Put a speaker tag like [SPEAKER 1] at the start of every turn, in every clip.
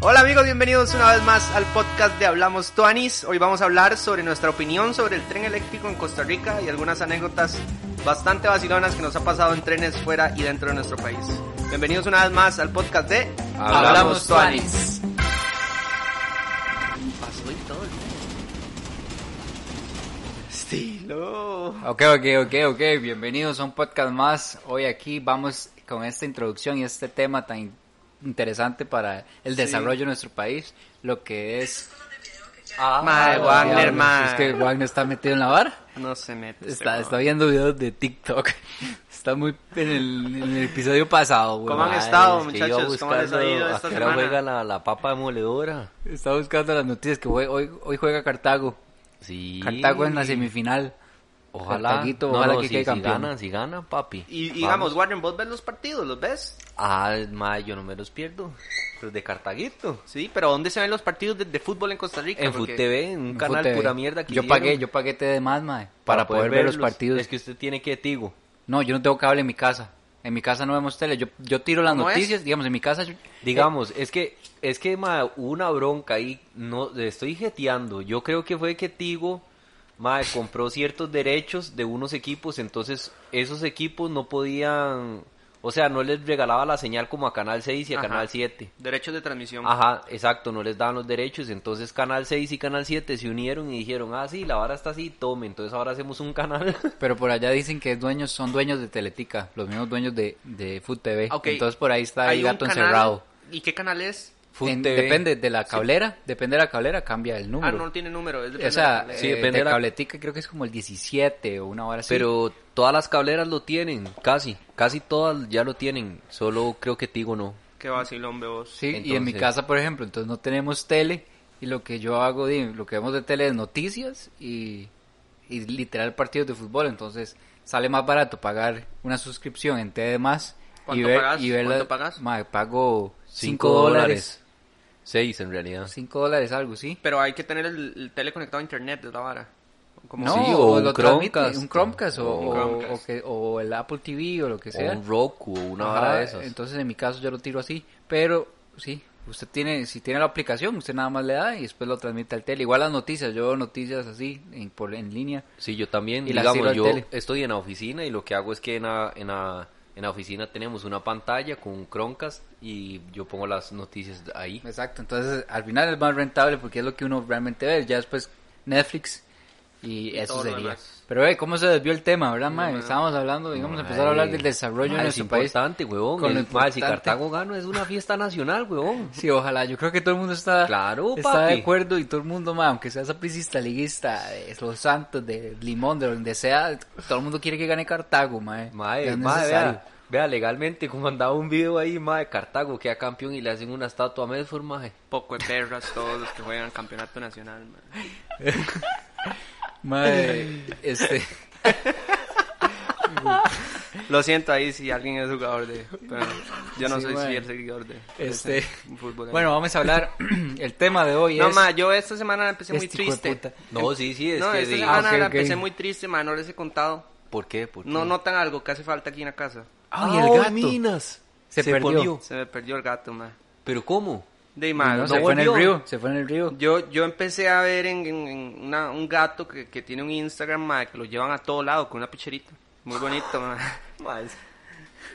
[SPEAKER 1] Hola amigos, bienvenidos una vez más al podcast de Hablamos Tuanis. Hoy vamos a hablar sobre nuestra opinión sobre el tren eléctrico en Costa Rica y algunas anécdotas bastante vacilonas que nos ha pasado en trenes fuera y dentro de nuestro país. Bienvenidos una vez más al podcast de
[SPEAKER 2] Hablamos
[SPEAKER 1] Tuanis. Pasó y todo. Estilo.
[SPEAKER 2] Ok, ok, ok, ok. Bienvenidos a un podcast más. Hoy aquí vamos con esta introducción y este tema tan in- interesante para el desarrollo de nuestro país, lo que es... Ah,
[SPEAKER 1] Mae, Wagner,
[SPEAKER 2] diablos,
[SPEAKER 1] mae.
[SPEAKER 2] Es que Wagner está metido en la vara.
[SPEAKER 1] No se mete. este
[SPEAKER 2] Está,
[SPEAKER 1] huevón.
[SPEAKER 2] está viendo videos de TikTok. Está muy en el, en el episodio pasado, güey.
[SPEAKER 1] ¿Cómo han
[SPEAKER 2] Mae,
[SPEAKER 1] estado,
[SPEAKER 2] es que
[SPEAKER 1] muchachos? ¿Cómo les ha ido esta
[SPEAKER 3] Pero
[SPEAKER 1] semana?
[SPEAKER 3] juegan a la papa demoledora.
[SPEAKER 2] Está buscando las noticias que hoy, hoy, hoy juega Cartago.
[SPEAKER 3] Sí.
[SPEAKER 2] Cartago en la semifinal.
[SPEAKER 3] Ojalá.
[SPEAKER 2] Cartaguito,
[SPEAKER 3] no,
[SPEAKER 2] ojalá
[SPEAKER 3] no,
[SPEAKER 2] que
[SPEAKER 3] si,
[SPEAKER 2] quede
[SPEAKER 3] si
[SPEAKER 2] campeón.
[SPEAKER 3] gana, si gana, papi.
[SPEAKER 1] Y, y
[SPEAKER 3] Vamos.
[SPEAKER 1] digamos, Warren, ¿vos ves los partidos? ¿Los ves?
[SPEAKER 3] Ah, ma, yo no me los pierdo. Los de Cartaguito.
[SPEAKER 1] Sí, pero ¿dónde se ven los partidos de, de fútbol en Costa Rica?
[SPEAKER 3] En
[SPEAKER 1] Porque-
[SPEAKER 3] FUTV, en un
[SPEAKER 2] En
[SPEAKER 3] canal
[SPEAKER 2] FUTV.
[SPEAKER 3] pura mierda que
[SPEAKER 2] Yo
[SPEAKER 3] hicieron
[SPEAKER 2] pagué, yo pagué de más, mae, para, poder, ver los
[SPEAKER 3] verlos.
[SPEAKER 2] partidos.
[SPEAKER 3] Es que usted tiene que tigo.
[SPEAKER 2] No, yo no tengo cable en mi casa. En mi casa no vemos tele. Yo, yo tiro las
[SPEAKER 1] ¿Cómo es?
[SPEAKER 2] noticias, digamos, en mi casa. yo-
[SPEAKER 3] Digamos, es que, es que, ma, hubo una bronca ahí, no, estoy jeteando. Yo creo que fue que Tigo, ma, compró ciertos derechos de unos equipos, entonces esos equipos no podían, o sea, no les regalaba la señal como a Canal 6 y a
[SPEAKER 1] Ajá.
[SPEAKER 3] Canal 7.
[SPEAKER 1] Derechos de transmisión.
[SPEAKER 2] Ah,
[SPEAKER 3] Ajá, exacto, no les daban los derechos, entonces Canal 6 y Canal 7 se unieron y dijeron, ah, sí, la vara está así, tome, entonces ahora hacemos un canal.
[SPEAKER 2] eh, Pero por allá dicen que es dueños, son dueños de Teletica, los mismos dueños de, de Food TV.
[SPEAKER 1] Ok.
[SPEAKER 2] Entonces por ahí está
[SPEAKER 1] Hay
[SPEAKER 2] el
[SPEAKER 1] un
[SPEAKER 2] gato
[SPEAKER 1] canal-
[SPEAKER 2] encerrado.
[SPEAKER 1] ¿Y qué canal es? Ah,
[SPEAKER 3] Food
[SPEAKER 2] En-
[SPEAKER 3] TV.
[SPEAKER 2] Depende de la cablera, depende de la cablera, cambia el
[SPEAKER 1] Ah,
[SPEAKER 2] número.
[SPEAKER 1] no tiene número. Es
[SPEAKER 2] o sea,
[SPEAKER 1] depende de-
[SPEAKER 3] sí,
[SPEAKER 2] eh,
[SPEAKER 3] depende
[SPEAKER 2] de
[SPEAKER 3] de la-
[SPEAKER 2] Cabletica creo que es como el 17 o una hora así.
[SPEAKER 3] Pero todas las cableras lo tienen, casi, casi todas ya lo tienen, solo creo que Tigo no.
[SPEAKER 1] Qué vacilón, bebos.
[SPEAKER 2] Sí, y en mi
[SPEAKER 3] Entonces-
[SPEAKER 2] casa, por ejemplo, entonces no tenemos tele y lo que yo hago, di, lo que vemos de tele es noticias y, y literal partidos de fútbol, entonces sale más barato pagar una suscripción en TD más y
[SPEAKER 1] ¿Cuánto
[SPEAKER 2] ver,
[SPEAKER 1] pagas?
[SPEAKER 2] y ver la-
[SPEAKER 1] ¿Cuánto pagas?
[SPEAKER 2] ma, pago 5
[SPEAKER 3] Cinco
[SPEAKER 2] dólares,
[SPEAKER 3] 6 en realidad.
[SPEAKER 2] 5 dólares algo, sí.
[SPEAKER 1] Pero hay que tener el, el tele conectado a internet, es la vara. Como
[SPEAKER 2] No,
[SPEAKER 3] Sí, o un
[SPEAKER 2] lo transmite,
[SPEAKER 3] Chromecast.
[SPEAKER 2] un Chromecast o,
[SPEAKER 3] Un
[SPEAKER 2] o-
[SPEAKER 1] Chromecast.
[SPEAKER 2] o que- o el Apple TV o lo que
[SPEAKER 3] O
[SPEAKER 2] sea.
[SPEAKER 3] un Roku o una
[SPEAKER 2] Ajá,
[SPEAKER 3] hora de esas.
[SPEAKER 2] Entonces en mi caso yo lo tiro así, pero sí, usted tiene, si tiene la aplicación, usted nada más le da y después lo transmite al tele. Igual las noticias, yo veo noticias así en, por, en línea.
[SPEAKER 3] Sí, yo también,
[SPEAKER 2] Y las tiro
[SPEAKER 3] digamos,
[SPEAKER 2] al
[SPEAKER 3] yo
[SPEAKER 2] tele.
[SPEAKER 3] estoy en la oficina y lo que hago es que en la, en la, en la oficina tenemos una pantalla con un Chromecast y yo pongo las noticias ahí.
[SPEAKER 2] Exacto, entonces al final es más rentable porque es lo que uno realmente ve, ya después Netflix y, eso
[SPEAKER 1] todo lo
[SPEAKER 2] sería.
[SPEAKER 1] demás.
[SPEAKER 2] Pero ve, ¿cómo se desvió el tema, verdad, mae? Estábamos hablando, digamos, empezar a hablar del desarrollo
[SPEAKER 3] Mae,
[SPEAKER 2] de
[SPEAKER 3] es
[SPEAKER 2] nuestro país.
[SPEAKER 3] importante, huevón.
[SPEAKER 2] Con lo
[SPEAKER 3] Es- mae, si
[SPEAKER 2] importante.
[SPEAKER 3] Cartago gana es una fiesta nacional, huevón.
[SPEAKER 2] Sí, ojalá, yo creo que todo el mundo está,
[SPEAKER 3] Claro,
[SPEAKER 2] está de
[SPEAKER 3] papi.
[SPEAKER 2] acuerdo y todo el mundo, mae, aunque sea sapricista, liguista, de los santos, de Limón, de donde sea, todo el mundo quiere que gane Cartago, mae.
[SPEAKER 3] Mae,
[SPEAKER 2] Es
[SPEAKER 3] mae,
[SPEAKER 2] necesario.
[SPEAKER 3] vea, vea legalmente como andaba un video ahí, mae, Cartago queda campeón y le hacen una estatua a Medford, mae.
[SPEAKER 1] Poco de perras todos los que juegan campeonato nacional, man.
[SPEAKER 2] Mae, este,
[SPEAKER 1] Lo siento ahí si alguien es jugador de... pero yo no
[SPEAKER 2] Sí,
[SPEAKER 1] soy
[SPEAKER 2] mae.
[SPEAKER 1] fiel seguidor de...
[SPEAKER 2] este,
[SPEAKER 1] Fútbol.
[SPEAKER 2] bueno, vamos a hablar, el tema de hoy
[SPEAKER 1] No,
[SPEAKER 2] es...
[SPEAKER 1] ma, yo esta semana empecé muy
[SPEAKER 2] Este hijo de
[SPEAKER 1] triste.
[SPEAKER 2] puta.
[SPEAKER 3] No, sí, sí, es
[SPEAKER 1] No,
[SPEAKER 3] que
[SPEAKER 1] esta
[SPEAKER 3] sí.
[SPEAKER 1] semana
[SPEAKER 2] Ah, ok,
[SPEAKER 1] la
[SPEAKER 2] ok.
[SPEAKER 1] empecé muy triste, ma, no les he contado.
[SPEAKER 3] ¿Por qué? ¿Por qué?
[SPEAKER 1] No notan algo que hace falta aquí en la casa.
[SPEAKER 2] Ay, Ah, el gato.
[SPEAKER 3] minas!
[SPEAKER 2] Se perdió.
[SPEAKER 3] volvió.
[SPEAKER 1] Se me perdió el gato, ma.
[SPEAKER 3] ¿Pero cómo?
[SPEAKER 1] De
[SPEAKER 2] No,
[SPEAKER 1] ma, no
[SPEAKER 2] se fue en el
[SPEAKER 3] volvió.
[SPEAKER 2] río, se fue en el río.
[SPEAKER 1] Yo, yo empecé a ver en, en- en una- un gato que, que tiene un Instagram, ma, que lo llevan a todo lado con una picherita. Muy bonito, ma.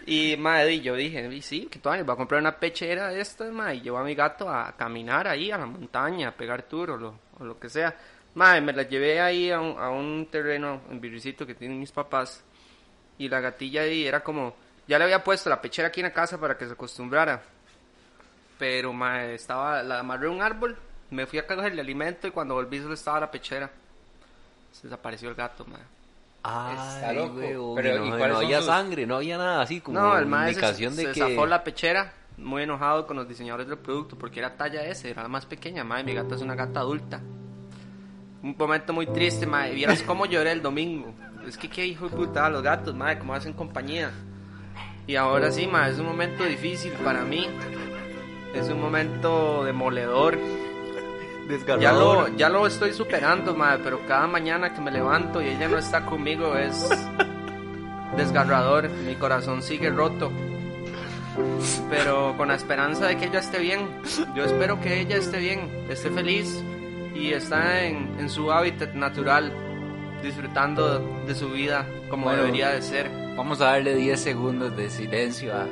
[SPEAKER 1] Y, ma, y yo dije, y sí, que todavía voy a comprar una pechera de estas, ma, y llevo a mi gato a caminar ahí a la montaña, a pegar tour o lo, o lo que sea. Ma, y me la llevé ahí a un, a un terreno, en Virricito, que tienen mis papás. Y la gatilla ahí era como, ya le había puesto la pechera aquí en la casa para que se acostumbrara. Pero ma, estaba, la amarré a un árbol, me fui a coger el alimento y cuando volví solo estaba la pechera. Se desapareció el gato, ma.
[SPEAKER 2] Está
[SPEAKER 3] Ay,
[SPEAKER 2] loco.
[SPEAKER 3] huevón,
[SPEAKER 2] Pero, ¿y
[SPEAKER 3] no,
[SPEAKER 2] cuáles
[SPEAKER 3] no
[SPEAKER 2] son
[SPEAKER 3] había
[SPEAKER 2] sus-
[SPEAKER 3] sangre, no había nada así como
[SPEAKER 1] No, el maestro se,
[SPEAKER 3] indicación
[SPEAKER 1] se
[SPEAKER 3] de que...
[SPEAKER 1] zafó la pechera, muy enojado con los diseñadores del producto porque era talla S, era la más pequeña, ma, y mi gata es una gata adulta. Un momento muy triste, ma, y vieras cómo lloré el domingo. Es que qué hijo de puta, los gatos, ma, cómo hacen compañía. Y ahora sí, ma, es un momento difícil para mí. Es un momento demoledor. Ya lo, ya lo estoy superando, madre, pero cada mañana que me levanto y ella no está conmigo es desgarrador. Mi corazón sigue roto. Pero con la esperanza de que ella esté bien. Yo espero que ella esté bien, esté feliz y está en, en su hábitat natural, disfrutando de su vida como
[SPEAKER 2] Bueno.
[SPEAKER 1] debería de ser.
[SPEAKER 2] Vamos a darle 10 segundos de silencio a...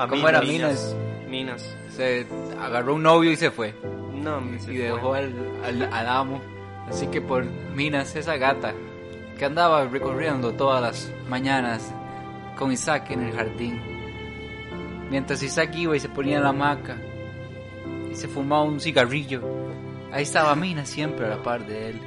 [SPEAKER 3] A
[SPEAKER 2] ¿Cómo
[SPEAKER 3] mí,
[SPEAKER 2] era
[SPEAKER 1] Minas.
[SPEAKER 2] Minas?
[SPEAKER 1] Minas.
[SPEAKER 2] Se agarró un novio y se fue.
[SPEAKER 1] No, me se
[SPEAKER 2] y
[SPEAKER 1] fue.
[SPEAKER 2] dejó al, al, al amo. Así que por Minas, esa gata que andaba recorriendo todas las mañanas con Isaac en el jardín. Mientras Isaac iba y se ponía en la hamaca y se fumaba un cigarrillo, ahí estaba Minas siempre a la par de él.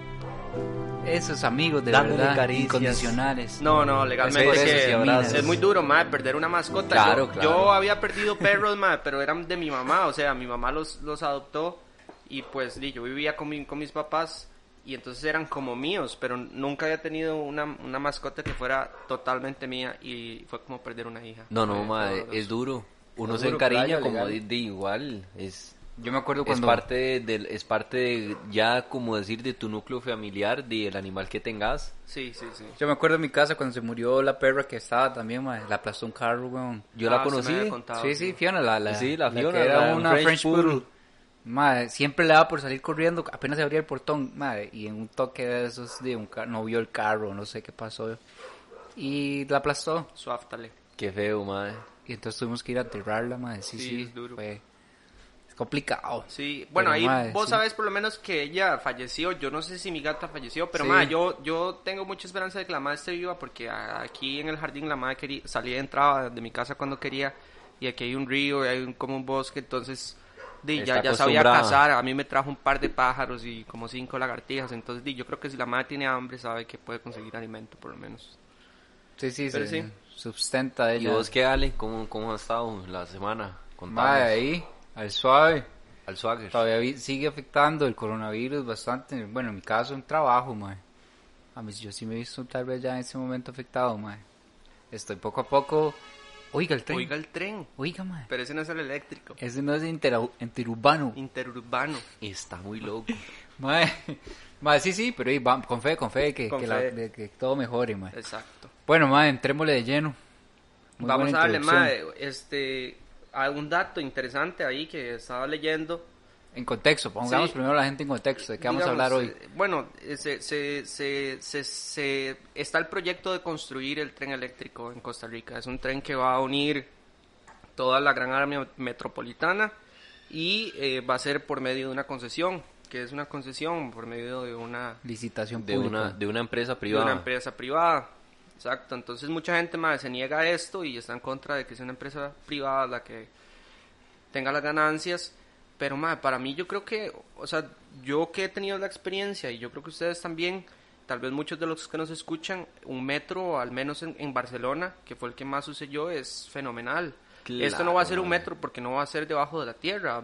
[SPEAKER 2] Esos amigos de
[SPEAKER 3] Dándole
[SPEAKER 2] verdad,
[SPEAKER 3] caricias.
[SPEAKER 2] incondicionales.
[SPEAKER 1] No, no, legalmente
[SPEAKER 2] Besos y
[SPEAKER 1] que
[SPEAKER 2] abrazos.
[SPEAKER 1] es muy duro, madre, perder una mascota.
[SPEAKER 2] Claro,
[SPEAKER 1] yo,
[SPEAKER 2] claro.
[SPEAKER 1] yo había perdido perros, madre, pero eran de mi mamá, o sea, mi mamá los, los adoptó y pues di, yo vivía con, mi- con mis papás y entonces eran como míos, pero nunca había tenido una, una mascota que fuera totalmente mía y fue como perder una hija.
[SPEAKER 3] No, no,
[SPEAKER 1] Fue
[SPEAKER 3] madre,
[SPEAKER 1] doloroso.
[SPEAKER 3] es duro. Uno
[SPEAKER 2] Es
[SPEAKER 3] se
[SPEAKER 2] duro,
[SPEAKER 3] encariña
[SPEAKER 2] playa,
[SPEAKER 3] como de,
[SPEAKER 2] legal.
[SPEAKER 3] de igual. Es,
[SPEAKER 2] Yo me acuerdo
[SPEAKER 3] es
[SPEAKER 2] cuando...
[SPEAKER 3] parte de- del, es parte de, ya como decir de tu núcleo familiar, del animal que tengas.
[SPEAKER 1] Sí, sí, sí.
[SPEAKER 2] Yo me acuerdo en mi casa cuando se murió la perra que estaba también, mae, la aplastó un carro, weón.
[SPEAKER 3] Yo
[SPEAKER 1] Ah,
[SPEAKER 3] la
[SPEAKER 1] usted me
[SPEAKER 3] conocí.
[SPEAKER 1] había contado,
[SPEAKER 2] Sí, sí, Fiona, la, la,
[SPEAKER 3] Sí, la
[SPEAKER 2] que
[SPEAKER 3] Fiona,
[SPEAKER 2] era
[SPEAKER 3] la
[SPEAKER 2] una
[SPEAKER 3] French
[SPEAKER 2] French
[SPEAKER 3] Poodle.
[SPEAKER 2] Poodle. Madre, siempre le daba por salir corriendo, apenas se abría el portón, madre, y en un toque de esos, de un ca- no vio el carro, no sé qué pasó, y la aplastó,
[SPEAKER 1] Suáftale.
[SPEAKER 3] Qué feo, madre.
[SPEAKER 2] y entonces tuvimos que ir a enterrarla, madre, sí,
[SPEAKER 1] Sí,
[SPEAKER 2] sí,
[SPEAKER 1] es duro.
[SPEAKER 2] fue- es complicado.
[SPEAKER 1] Sí, bueno,
[SPEAKER 2] Pero,
[SPEAKER 1] ahí
[SPEAKER 2] mae,
[SPEAKER 1] vos
[SPEAKER 2] sí.
[SPEAKER 1] sabés por lo menos que ella falleció. Yo no sé si mi gata falleció, pero
[SPEAKER 2] Sí.
[SPEAKER 1] mae, yo, yo tengo mucha esperanza de que la madre esté viva porque a- aquí en el jardín la madre quería, salía y entraba de mi casa cuando quería. Y aquí hay un río, y hay un, como un bosque, entonces di, ya,
[SPEAKER 3] Está
[SPEAKER 1] ya sabía
[SPEAKER 3] acostumbrada.
[SPEAKER 1] cazar. A mí me trajo un par de pájaros y como cinco lagartijas. Entonces di, yo creo que si la madre tiene hambre, sabe que puede conseguir alimento por lo menos.
[SPEAKER 2] Sí, sí,
[SPEAKER 1] Pero
[SPEAKER 2] se
[SPEAKER 1] sí.
[SPEAKER 2] sustenta
[SPEAKER 3] ¿Y
[SPEAKER 2] ella.
[SPEAKER 3] vos qué, Ale? ¿Cómo, cómo has estado la semana? Contanos.
[SPEAKER 2] Madre, ahí, al suave,
[SPEAKER 3] Al swagger.
[SPEAKER 2] todavía vi- sigue afectando el coronavirus bastante, bueno, en mi caso, un trabajo, madre. A mí, yo sí me he visto tal vez ya en ese momento afectado, madre. Estoy poco a poco, oiga el tren,
[SPEAKER 1] Oiga el tren,
[SPEAKER 2] Oiga, mae.
[SPEAKER 1] pero ese no es el eléctrico,
[SPEAKER 2] Ese no es interau- interurbano.
[SPEAKER 1] interurbano.
[SPEAKER 3] Está muy loco.
[SPEAKER 2] Mae. Mae, sí, sí, pero ahí va- con fe, con fe, que,
[SPEAKER 1] Con
[SPEAKER 2] que la-
[SPEAKER 1] fe.
[SPEAKER 2] de que todo mejore, mae.
[SPEAKER 1] Exacto.
[SPEAKER 2] Bueno, mae, entrémosle de lleno. Muy
[SPEAKER 1] Vamos
[SPEAKER 2] buena
[SPEAKER 1] a darle más,
[SPEAKER 2] introducción.
[SPEAKER 1] este, a un dato interesante ahí que estaba leyendo.
[SPEAKER 2] En contexto, pongamos
[SPEAKER 1] Sí.
[SPEAKER 2] primero a la gente en contexto, de qué vamos a
[SPEAKER 1] Digamos,
[SPEAKER 2] hablar hoy.
[SPEAKER 1] eh, Bueno, eh, se, se- se- se- se- está el proyecto de construir el tren eléctrico en Costa Rica. Es un tren que va a unir toda la gran área metropolitana y eh, va a ser por medio de una concesión, que es una concesión por medio de una
[SPEAKER 2] Licitación
[SPEAKER 3] De
[SPEAKER 2] pública.
[SPEAKER 3] una, de una empresa
[SPEAKER 1] de
[SPEAKER 3] privada.
[SPEAKER 1] una empresa privada. Exacto, entonces mucha gente más se niega a esto y está en contra de que sea una empresa privada la que tenga las ganancias. Pero más para mí yo creo que, o sea, yo que he tenido la experiencia y yo creo que ustedes también, tal vez muchos de los que nos escuchan, un metro, al menos en, en Barcelona, que fue el que más usé yo, es fenomenal. Esto no va a ser un
[SPEAKER 3] Claro.
[SPEAKER 1] metro porque no va a ser debajo de la tierra,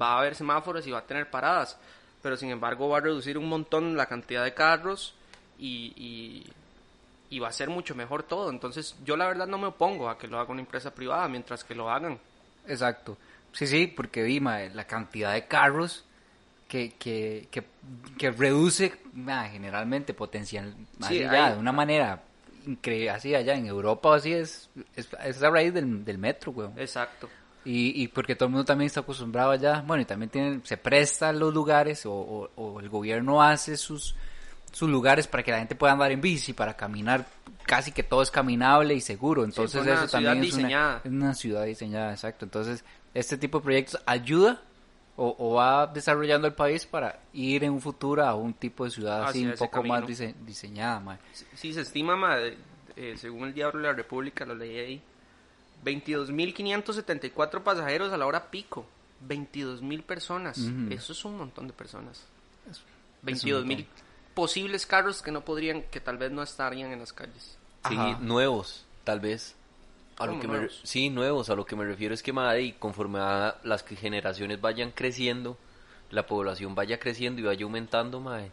[SPEAKER 1] va a haber semáforos y va a tener paradas, pero sin embargo va a reducir un montón la cantidad de carros y, y, y va a ser mucho mejor todo. Entonces yo la verdad no me opongo a que lo haga una empresa privada mientras que lo hagan.
[SPEAKER 2] Exacto. Sí, sí, porque Dima, la cantidad de carros que, que, que, que reduce mae, generalmente potencial. así ya,
[SPEAKER 1] hay-
[SPEAKER 2] de una manera increíble. Así allá en Europa, así es. Es, es a raíz del, del metro, weón.
[SPEAKER 1] Exacto.
[SPEAKER 2] Y, y porque todo el mundo también está acostumbrado allá. Bueno, y también tienen, se prestan los lugares o, o- o el gobierno hace sus, sus lugares para que la gente pueda andar en bici, para caminar. Casi que todo es caminable y seguro. Entonces
[SPEAKER 1] fue una
[SPEAKER 2] eso también
[SPEAKER 1] ciudad
[SPEAKER 2] es una-
[SPEAKER 1] diseñada.
[SPEAKER 2] es una ciudad diseñada, exacto. Entonces este tipo de proyectos ayuda o, o va desarrollando el país para ir en un futuro a un tipo de ciudad así
[SPEAKER 1] Hacia
[SPEAKER 2] un
[SPEAKER 1] ese
[SPEAKER 2] poco más
[SPEAKER 1] camino.
[SPEAKER 2] dise- diseñada. mae.
[SPEAKER 1] Sí, sí, se estima, ma, de- eh, según el Diablo de la República, lo leí ahí, 22.574 pasajeros a la hora pico. 22.000 personas. Eso es un montón de personas. 22.000 posibles carros que no podrían, que tal vez no estarían en las calles.
[SPEAKER 3] Sí,
[SPEAKER 2] Ajá.
[SPEAKER 3] nuevos, tal vez. A lo
[SPEAKER 1] ¿Cómo
[SPEAKER 3] que me re-
[SPEAKER 1] nuevos?
[SPEAKER 3] sí, nuevos. A lo que me refiero es que, madre, y conforme a las que generaciones vayan creciendo, la población vaya creciendo y vaya aumentando, madre.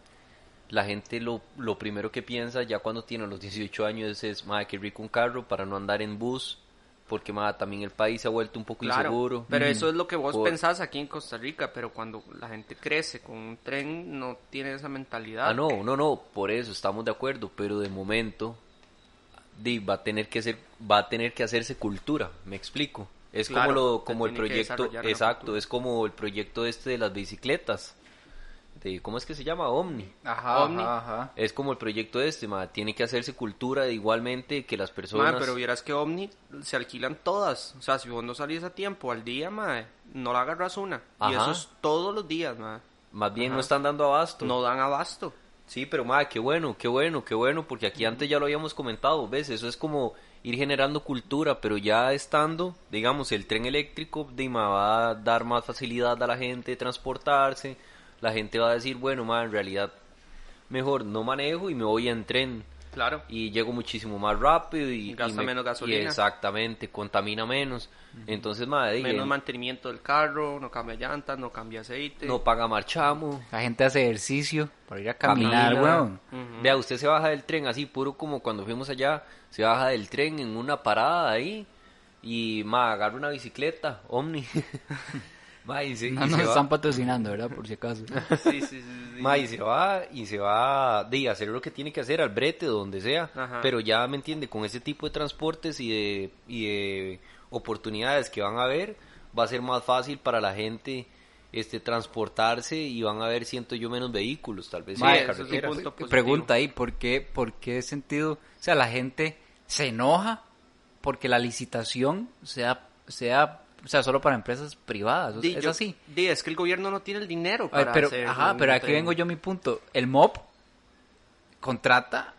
[SPEAKER 3] La gente lo, lo primero que piensa ya cuando tiene los 18 años es, madre, qué rico un carro para no andar en bus, porque, madre, también el país se ha vuelto un poco inseguro.
[SPEAKER 1] pero eso es lo que vos
[SPEAKER 3] Por-
[SPEAKER 1] pensás aquí en Costa Rica, pero cuando la gente crece con un tren no tiene esa mentalidad.
[SPEAKER 3] Ah, no, no, no, por eso estamos de acuerdo, pero de momento di, va a tener que ser, va a tener que hacerse cultura, me explico. Es
[SPEAKER 1] Claro,
[SPEAKER 3] como lo,
[SPEAKER 1] se
[SPEAKER 3] como el
[SPEAKER 1] tiene que
[SPEAKER 3] proyecto,
[SPEAKER 1] desarrollar a
[SPEAKER 3] exacto,
[SPEAKER 1] futuro.
[SPEAKER 3] es como el proyecto este de las bicicletas. De, ¿Cómo es que se llama? Omni.
[SPEAKER 2] Ajá,
[SPEAKER 1] Omni.
[SPEAKER 2] ajá, ajá.
[SPEAKER 3] Es como el proyecto este, ma, tiene que hacerse cultura igualmente que las personas.
[SPEAKER 1] Mae, pero vieras que Omni se alquilan todas. O sea, si vos no salís a tiempo al día, mae, no la agarras una. Y
[SPEAKER 3] Ajá.
[SPEAKER 1] eso es todos los días, mae.
[SPEAKER 3] Más bien no
[SPEAKER 1] Ajá.
[SPEAKER 3] están dando abasto.
[SPEAKER 1] No dan abasto.
[SPEAKER 3] Sí, pero ma, qué bueno, qué bueno, qué bueno, porque aquí antes ya lo habíamos comentado, ¿ves? Eso es como ir generando cultura, pero ya estando, digamos, el tren eléctrico de ma, va a dar más facilidad a la gente de transportarse, la gente va a decir, bueno, ma, en realidad mejor no manejo y me voy en tren
[SPEAKER 1] Claro.
[SPEAKER 3] y llego muchísimo más rápido y, y
[SPEAKER 1] Gasta
[SPEAKER 3] me-
[SPEAKER 1] menos
[SPEAKER 3] y
[SPEAKER 1] gasolina.
[SPEAKER 3] exactamente, contamina menos. Entonces, ma, di,
[SPEAKER 1] Menos
[SPEAKER 3] eh,
[SPEAKER 1] mantenimiento del carro, no cambia llantas, no cambia aceite.
[SPEAKER 3] no paga marchamo.
[SPEAKER 2] La gente hace ejercicio para ir a caminar,
[SPEAKER 3] Camina.
[SPEAKER 2] weón.
[SPEAKER 3] Vea, usted se baja del tren así, puro como cuando fuimos allá, se baja del tren en una parada ahí y ma, agarra una bicicleta, Omni. ma, y se,
[SPEAKER 2] Ah, No
[SPEAKER 3] y
[SPEAKER 2] nos
[SPEAKER 3] se
[SPEAKER 2] están
[SPEAKER 3] va,
[SPEAKER 2] patrocinando, ¿verdad? Por si acaso.
[SPEAKER 1] Sí, sí, sí, sí, sí.
[SPEAKER 3] ma, y se va y se va de hacer lo que tiene que hacer al brete, donde sea.
[SPEAKER 1] Ajá.
[SPEAKER 3] Pero ya me entiende, con ese tipo de transportes y de, y de oportunidades que van a haber, va a ser más fácil para la gente este transportarse y van a haber, siento yo, menos vehículos, tal vez. en
[SPEAKER 1] Ma,
[SPEAKER 3] las
[SPEAKER 1] eso es un
[SPEAKER 3] carreteras.
[SPEAKER 1] punto positivo.
[SPEAKER 2] Pregunta ahí, ¿por qué, ¿por qué sentido? O sea, la gente se enoja porque la licitación sea, sea, o sea solo para empresas privadas. o sea,
[SPEAKER 1] Di,
[SPEAKER 2] es
[SPEAKER 1] yo-
[SPEAKER 2] así.
[SPEAKER 1] di, es que el gobierno no tiene el dinero
[SPEAKER 2] Ay,
[SPEAKER 1] para
[SPEAKER 2] pero,
[SPEAKER 1] hacer
[SPEAKER 2] ajá,
[SPEAKER 1] un
[SPEAKER 2] pero aquí
[SPEAKER 1] tren.
[SPEAKER 2] vengo yo a mi punto. El MOP contrata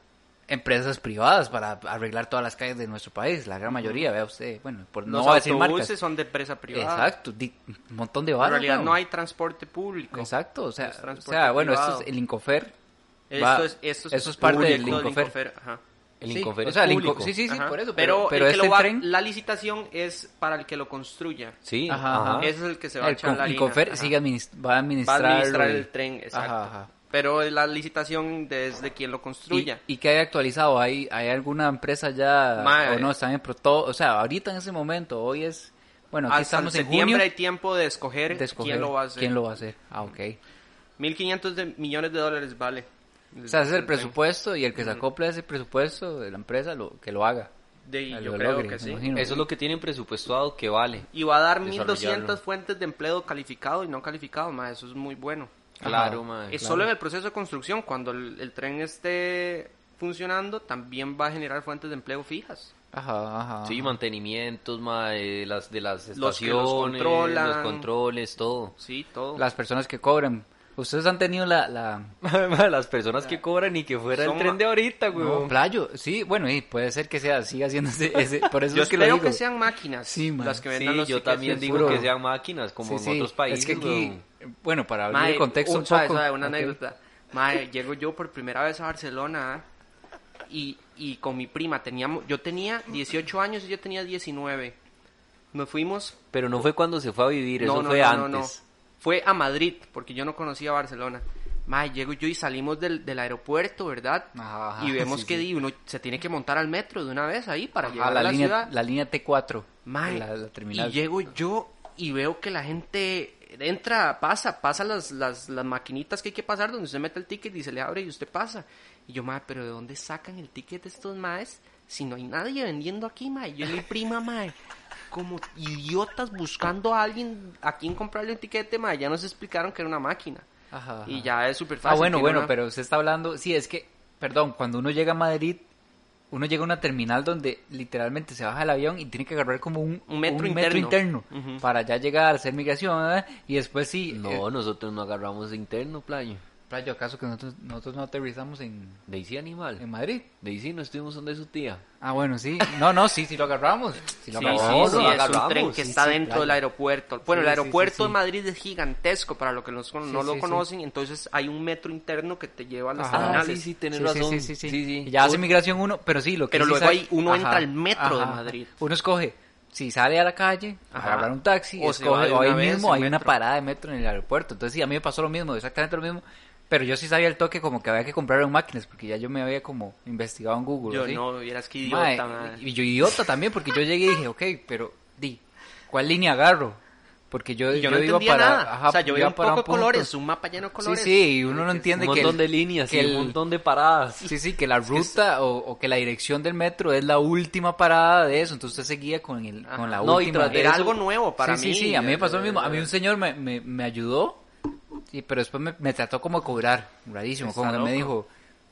[SPEAKER 2] empresas privadas para arreglar todas las calles de nuestro país, la gran mayoría, vea usted. Bueno, por, no
[SPEAKER 1] Los
[SPEAKER 2] voy a decir
[SPEAKER 1] autobuses
[SPEAKER 2] marcas.
[SPEAKER 1] son de empresa privada.
[SPEAKER 2] Exacto, di- un montón de
[SPEAKER 1] En
[SPEAKER 2] varas,
[SPEAKER 1] realidad
[SPEAKER 2] weón.
[SPEAKER 1] no hay transporte público.
[SPEAKER 2] Exacto, o sea,
[SPEAKER 1] Es
[SPEAKER 2] o
[SPEAKER 1] transporte
[SPEAKER 2] sea bueno, esto
[SPEAKER 1] privado.
[SPEAKER 2] es el Incofer.
[SPEAKER 1] Esto
[SPEAKER 2] va-
[SPEAKER 1] es, esto es
[SPEAKER 2] eso es parte del
[SPEAKER 1] público
[SPEAKER 2] Incofer.
[SPEAKER 1] ajá.
[SPEAKER 3] El
[SPEAKER 2] Sí,
[SPEAKER 3] Incofer
[SPEAKER 2] o
[SPEAKER 3] es
[SPEAKER 2] sea, el Inco-
[SPEAKER 3] público.
[SPEAKER 2] sí, sí, sí,
[SPEAKER 1] Ajá.
[SPEAKER 2] por eso. Pero,
[SPEAKER 1] Pero,
[SPEAKER 2] pero
[SPEAKER 1] el que
[SPEAKER 2] este
[SPEAKER 1] lo va-
[SPEAKER 2] tren.
[SPEAKER 1] la licitación es para el que lo construya.
[SPEAKER 3] Sí,
[SPEAKER 2] Ajá, ajá.
[SPEAKER 1] Ese es el que se va a
[SPEAKER 2] el
[SPEAKER 1] echar
[SPEAKER 2] con-
[SPEAKER 1] la
[SPEAKER 2] Ah. el
[SPEAKER 1] línea,
[SPEAKER 2] Incofer
[SPEAKER 1] ajá.
[SPEAKER 2] sigue administ- va a
[SPEAKER 1] Va a
[SPEAKER 2] administrar,
[SPEAKER 1] administrar
[SPEAKER 2] el-
[SPEAKER 1] el tren, exacto.
[SPEAKER 2] Ajá, ajá.
[SPEAKER 1] Pero la licitación desde quien lo construya.
[SPEAKER 2] ¿Y, y qué hay actualizado? ¿Hay, ¿Hay alguna empresa ya
[SPEAKER 1] Madre.
[SPEAKER 2] o no? Están en pro- todo, o sea, ahorita en ese momento, hoy es bueno, aquí
[SPEAKER 1] Hasta
[SPEAKER 2] estamos en
[SPEAKER 1] septiembre
[SPEAKER 2] junio
[SPEAKER 1] hay tiempo de escoger,
[SPEAKER 2] de escoger
[SPEAKER 1] quién lo va a hacer.
[SPEAKER 2] quién lo va a hacer. Ah, ok.
[SPEAKER 1] 1.500 de- millones de dólares vale.
[SPEAKER 2] O sea, ese es el
[SPEAKER 1] tren.
[SPEAKER 2] presupuesto y el que se acopla a ese presupuesto de la empresa lo que lo haga.
[SPEAKER 1] De-
[SPEAKER 2] Lo
[SPEAKER 1] yo creo
[SPEAKER 2] logre,
[SPEAKER 1] que
[SPEAKER 2] me
[SPEAKER 1] sí.
[SPEAKER 2] imagino.
[SPEAKER 3] Eso es lo que tienen presupuestado que vale.
[SPEAKER 1] Y va a dar
[SPEAKER 3] Desarrollarlo.
[SPEAKER 1] 1.200 fuentes de empleo calificado y no calificado, ma, eso es muy bueno.
[SPEAKER 2] Ajá.
[SPEAKER 3] Claro,
[SPEAKER 2] Ah,
[SPEAKER 3] mae,
[SPEAKER 1] Es Solo en el proceso de construcción, cuando el, el tren esté funcionando, también va a generar fuentes de empleo fijas.
[SPEAKER 2] Ajá, ajá.
[SPEAKER 3] Sí, mantenimientos, mae, de las, de las
[SPEAKER 1] Los que los
[SPEAKER 3] estaciones, los,
[SPEAKER 1] controlan.
[SPEAKER 3] controles, todo.
[SPEAKER 1] Sí, todo.
[SPEAKER 2] Las personas que cobran. Ustedes han tenido la, la,
[SPEAKER 3] Mae, las personas que cobran y que fuera
[SPEAKER 1] Son
[SPEAKER 3] el tren
[SPEAKER 1] ma-
[SPEAKER 3] de ahorita,
[SPEAKER 2] No,
[SPEAKER 3] güey.
[SPEAKER 2] playo, sí, bueno, y puede ser que sea, siga siendo ese, ese- por eso
[SPEAKER 1] yo
[SPEAKER 2] es que lo
[SPEAKER 1] espero
[SPEAKER 2] digo.
[SPEAKER 1] que sean máquinas
[SPEAKER 2] Sí, ma.
[SPEAKER 1] las que
[SPEAKER 3] sí,
[SPEAKER 1] vendan los
[SPEAKER 3] yo
[SPEAKER 1] tickets.
[SPEAKER 3] también
[SPEAKER 2] sí,
[SPEAKER 3] digo
[SPEAKER 2] puro.
[SPEAKER 3] que sean máquinas, como
[SPEAKER 2] Sí,
[SPEAKER 3] en
[SPEAKER 2] sí,
[SPEAKER 3] otros países,
[SPEAKER 2] es que aquí,
[SPEAKER 3] weón.
[SPEAKER 2] bueno, para abrir
[SPEAKER 1] Mae,
[SPEAKER 2] el contexto
[SPEAKER 1] un-
[SPEAKER 2] un
[SPEAKER 1] sabe,
[SPEAKER 2] poco.
[SPEAKER 1] sabe, una
[SPEAKER 2] ok.
[SPEAKER 1] anécdota. Mae, llego yo por primera vez a Barcelona ah, y, y con mi prima teníamos, yo tenía 18 años y yo tenía 19. Nos fuimos
[SPEAKER 3] Pero no fue cuando se fue a vivir, eso fue antes.
[SPEAKER 1] Fue a Madrid, porque yo no conocía Barcelona. Mae, llego yo y salimos del, del aeropuerto, ¿verdad?
[SPEAKER 2] Ajá, ajá,
[SPEAKER 1] y vemos
[SPEAKER 2] sí,
[SPEAKER 1] que
[SPEAKER 2] sí.
[SPEAKER 1] di, uno se tiene que montar al metro de una vez ahí para
[SPEAKER 2] Ajá,
[SPEAKER 1] llegar
[SPEAKER 2] la,
[SPEAKER 1] a la
[SPEAKER 2] línea,
[SPEAKER 1] ciudad.
[SPEAKER 2] la línea T4,
[SPEAKER 1] Mae,
[SPEAKER 2] la, la terminal.
[SPEAKER 1] Y llego yo y veo que la gente entra, pasa, pasa las, las, las maquinitas que hay que pasar donde usted mete el ticket y se le abre y usted pasa. Y yo, mae, pero ¿de dónde sacan el ticket estos maes si no hay nadie vendiendo aquí, mae? Yo y mi prima, mae. Como idiotas buscando a alguien a quien comprarle un tiquete, mae. Ya nos explicaron que era una máquina.
[SPEAKER 2] Ajá,
[SPEAKER 1] Y
[SPEAKER 2] ajá.
[SPEAKER 1] ya es súper fácil.
[SPEAKER 2] Ah, bueno,
[SPEAKER 1] tiene
[SPEAKER 2] bueno,
[SPEAKER 1] una-
[SPEAKER 2] pero se está hablando, sí, es que, perdón, cuando uno llega a Madrid, uno llega a una terminal donde literalmente se baja el avión y tiene que agarrar como un,
[SPEAKER 1] Un metro interno.
[SPEAKER 2] interno para ya llegar a hacer migración, ¿verdad? y después sí, eh,
[SPEAKER 3] No, nosotros no agarramos de interno, plaño.
[SPEAKER 2] playo, ¿acaso que nosotros, nosotros no aterrizamos en,
[SPEAKER 3] De ahí sí,
[SPEAKER 2] en
[SPEAKER 3] animal.
[SPEAKER 2] Madrid?
[SPEAKER 3] De ahí sí, no estuvimos donde su tía.
[SPEAKER 2] Ah, bueno, sí. No, no, sí, sí lo agarramos. Sí, lo
[SPEAKER 1] Sí,
[SPEAKER 2] agarramos.
[SPEAKER 1] sí,
[SPEAKER 3] lo
[SPEAKER 1] sí, es un
[SPEAKER 3] agarramos.
[SPEAKER 1] tren que
[SPEAKER 2] Sí,
[SPEAKER 1] está
[SPEAKER 2] sí,
[SPEAKER 1] dentro
[SPEAKER 2] claro.
[SPEAKER 1] del aeropuerto. Bueno,
[SPEAKER 2] Sí,
[SPEAKER 1] el
[SPEAKER 2] sí,
[SPEAKER 1] aeropuerto
[SPEAKER 2] sí, sí.
[SPEAKER 1] de Madrid es gigantesco para los que los-
[SPEAKER 2] Sí,
[SPEAKER 1] no lo
[SPEAKER 2] sí, sí.
[SPEAKER 1] conocen, entonces hay un metro interno que te lleva a las
[SPEAKER 2] Ajá.
[SPEAKER 1] terminales.
[SPEAKER 3] sí, sí, tenés
[SPEAKER 2] Sí, sí,
[SPEAKER 3] razón.
[SPEAKER 2] Sí, sí, sí.
[SPEAKER 3] Sí, sí.
[SPEAKER 2] Y Ya hace migración uno, pero sí, lo que
[SPEAKER 1] Pero
[SPEAKER 2] sí
[SPEAKER 1] luego
[SPEAKER 2] sabe-
[SPEAKER 1] ahí uno entra al metro de Madrid.
[SPEAKER 2] Uno escoge, si sale a la calle,
[SPEAKER 1] Ajá.
[SPEAKER 2] agarrar un taxi,
[SPEAKER 1] O se va
[SPEAKER 2] escoge,
[SPEAKER 1] de
[SPEAKER 2] o ahí
[SPEAKER 1] una vez
[SPEAKER 2] mismo hay
[SPEAKER 1] en
[SPEAKER 2] una
[SPEAKER 1] metro.
[SPEAKER 2] parada de metro en el aeropuerto. Entonces sí, a mí me pasó lo mismo, exactamente lo mismo. Pero yo sí sabía el toque como que había que comprar en máquinas, porque ya yo me había como investigado en Google.
[SPEAKER 1] Yo
[SPEAKER 2] ¿sí?
[SPEAKER 1] no, vieras que
[SPEAKER 2] Mae,
[SPEAKER 1] idiota, mae.
[SPEAKER 2] Y yo idiota también, porque yo llegué y dije, ok, pero di, ¿cuál línea agarro? Porque yo,
[SPEAKER 1] Y yo, no
[SPEAKER 2] iba
[SPEAKER 1] entendía
[SPEAKER 2] para.
[SPEAKER 1] nada.
[SPEAKER 2] ajá,
[SPEAKER 1] o sea, yo
[SPEAKER 2] iba
[SPEAKER 1] veía un
[SPEAKER 2] para
[SPEAKER 1] poco de
[SPEAKER 2] punto.
[SPEAKER 1] colores, un mapa lleno de
[SPEAKER 2] Sí,
[SPEAKER 1] colores.
[SPEAKER 2] sí, y uno no entiende
[SPEAKER 3] Un
[SPEAKER 2] que.
[SPEAKER 3] montón
[SPEAKER 2] el-
[SPEAKER 3] de líneas
[SPEAKER 2] que
[SPEAKER 3] y
[SPEAKER 2] el-
[SPEAKER 3] un montón de paradas.
[SPEAKER 2] Sí, sí, que la ruta o, o que la dirección del metro es la última parada de eso, entonces usted seguía con, el,
[SPEAKER 1] Ajá.
[SPEAKER 2] con la
[SPEAKER 3] No, y
[SPEAKER 2] última.
[SPEAKER 3] tras de
[SPEAKER 2] Sí,
[SPEAKER 1] Era
[SPEAKER 3] eso-
[SPEAKER 1] algo nuevo para
[SPEAKER 2] sí,
[SPEAKER 1] mí. eh,
[SPEAKER 2] sí, a mí me pasó lo mismo. A mí un señor me, me, me ayudó, sí, pero después me, me trató como de cobrar, rarísimo,
[SPEAKER 1] Está
[SPEAKER 2] como que me
[SPEAKER 1] loco.
[SPEAKER 2] dijo,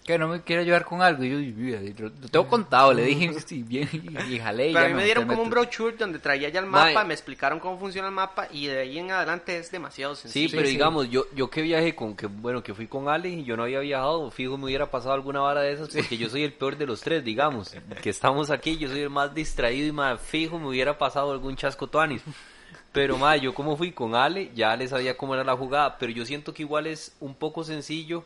[SPEAKER 2] que no me quiere ayudar con algo. Y yo, "Y, mira, lo, lo tengo contado, le dije, sí, bien, y, y jalé. y
[SPEAKER 1] Pero
[SPEAKER 2] ya
[SPEAKER 1] a mí me
[SPEAKER 2] monté
[SPEAKER 1] dieron
[SPEAKER 2] al
[SPEAKER 1] como un
[SPEAKER 2] metro.
[SPEAKER 1] brochure donde traía ya el
[SPEAKER 3] Mae.
[SPEAKER 1] mapa, me explicaron cómo funciona el mapa y de ahí en adelante es demasiado
[SPEAKER 3] Sí,
[SPEAKER 1] sencillo.
[SPEAKER 3] pero
[SPEAKER 2] sí.
[SPEAKER 3] digamos, yo, yo que viajé con que, bueno, que fui con Ale y yo no había viajado, fijo me hubiera pasado alguna vara de esas porque yo soy el peor de los tres, digamos, que estamos aquí, yo soy el más distraído y más fijo me hubiera pasado algún chasco tuanis. Pero madre, yo como fui con Ale, ya le sabía cómo era la jugada, pero yo siento que igual es un poco sencillo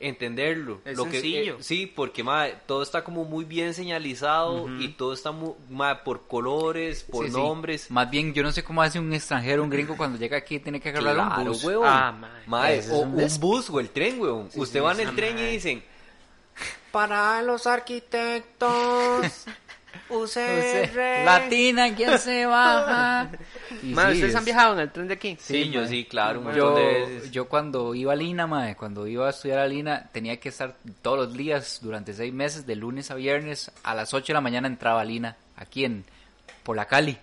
[SPEAKER 3] entenderlo.
[SPEAKER 1] Es
[SPEAKER 3] Lo que-
[SPEAKER 1] sencillo.
[SPEAKER 3] eh, sí, porque madre, todo está como muy bien señalizado y todo está mu- mae, por colores, por
[SPEAKER 2] Sí, sí.
[SPEAKER 3] nombres.
[SPEAKER 2] Más bien, yo no sé cómo hace un extranjero, un gringo, cuando llega aquí tiene que agarrar un
[SPEAKER 3] Claro,
[SPEAKER 2] bus.
[SPEAKER 3] huevón.
[SPEAKER 1] Ah, mae.
[SPEAKER 3] Mae,
[SPEAKER 2] Ese es
[SPEAKER 3] o
[SPEAKER 2] un
[SPEAKER 3] un,
[SPEAKER 2] des-
[SPEAKER 3] bus o el tren, huevón. Usted va en el tren y dicen, para los arquitectos,
[SPEAKER 2] Usted-
[SPEAKER 3] UCR.
[SPEAKER 2] Latina, ¿quién se baja? Y
[SPEAKER 1] Mae,
[SPEAKER 2] sí,
[SPEAKER 1] ¿ustedes han
[SPEAKER 2] es-
[SPEAKER 1] viajado en el tren de aquí?
[SPEAKER 3] Sí, yo
[SPEAKER 2] mae.
[SPEAKER 3] sí, claro, un montón
[SPEAKER 2] Yo,
[SPEAKER 3] de veces.
[SPEAKER 2] yo cuando iba a Lina, mae, cuando iba a estudiar a Lina, tenía que estar todos los días durante seis meses, de lunes a viernes, a las 8 de la mañana entraba a Lina, aquí en, por la Cali,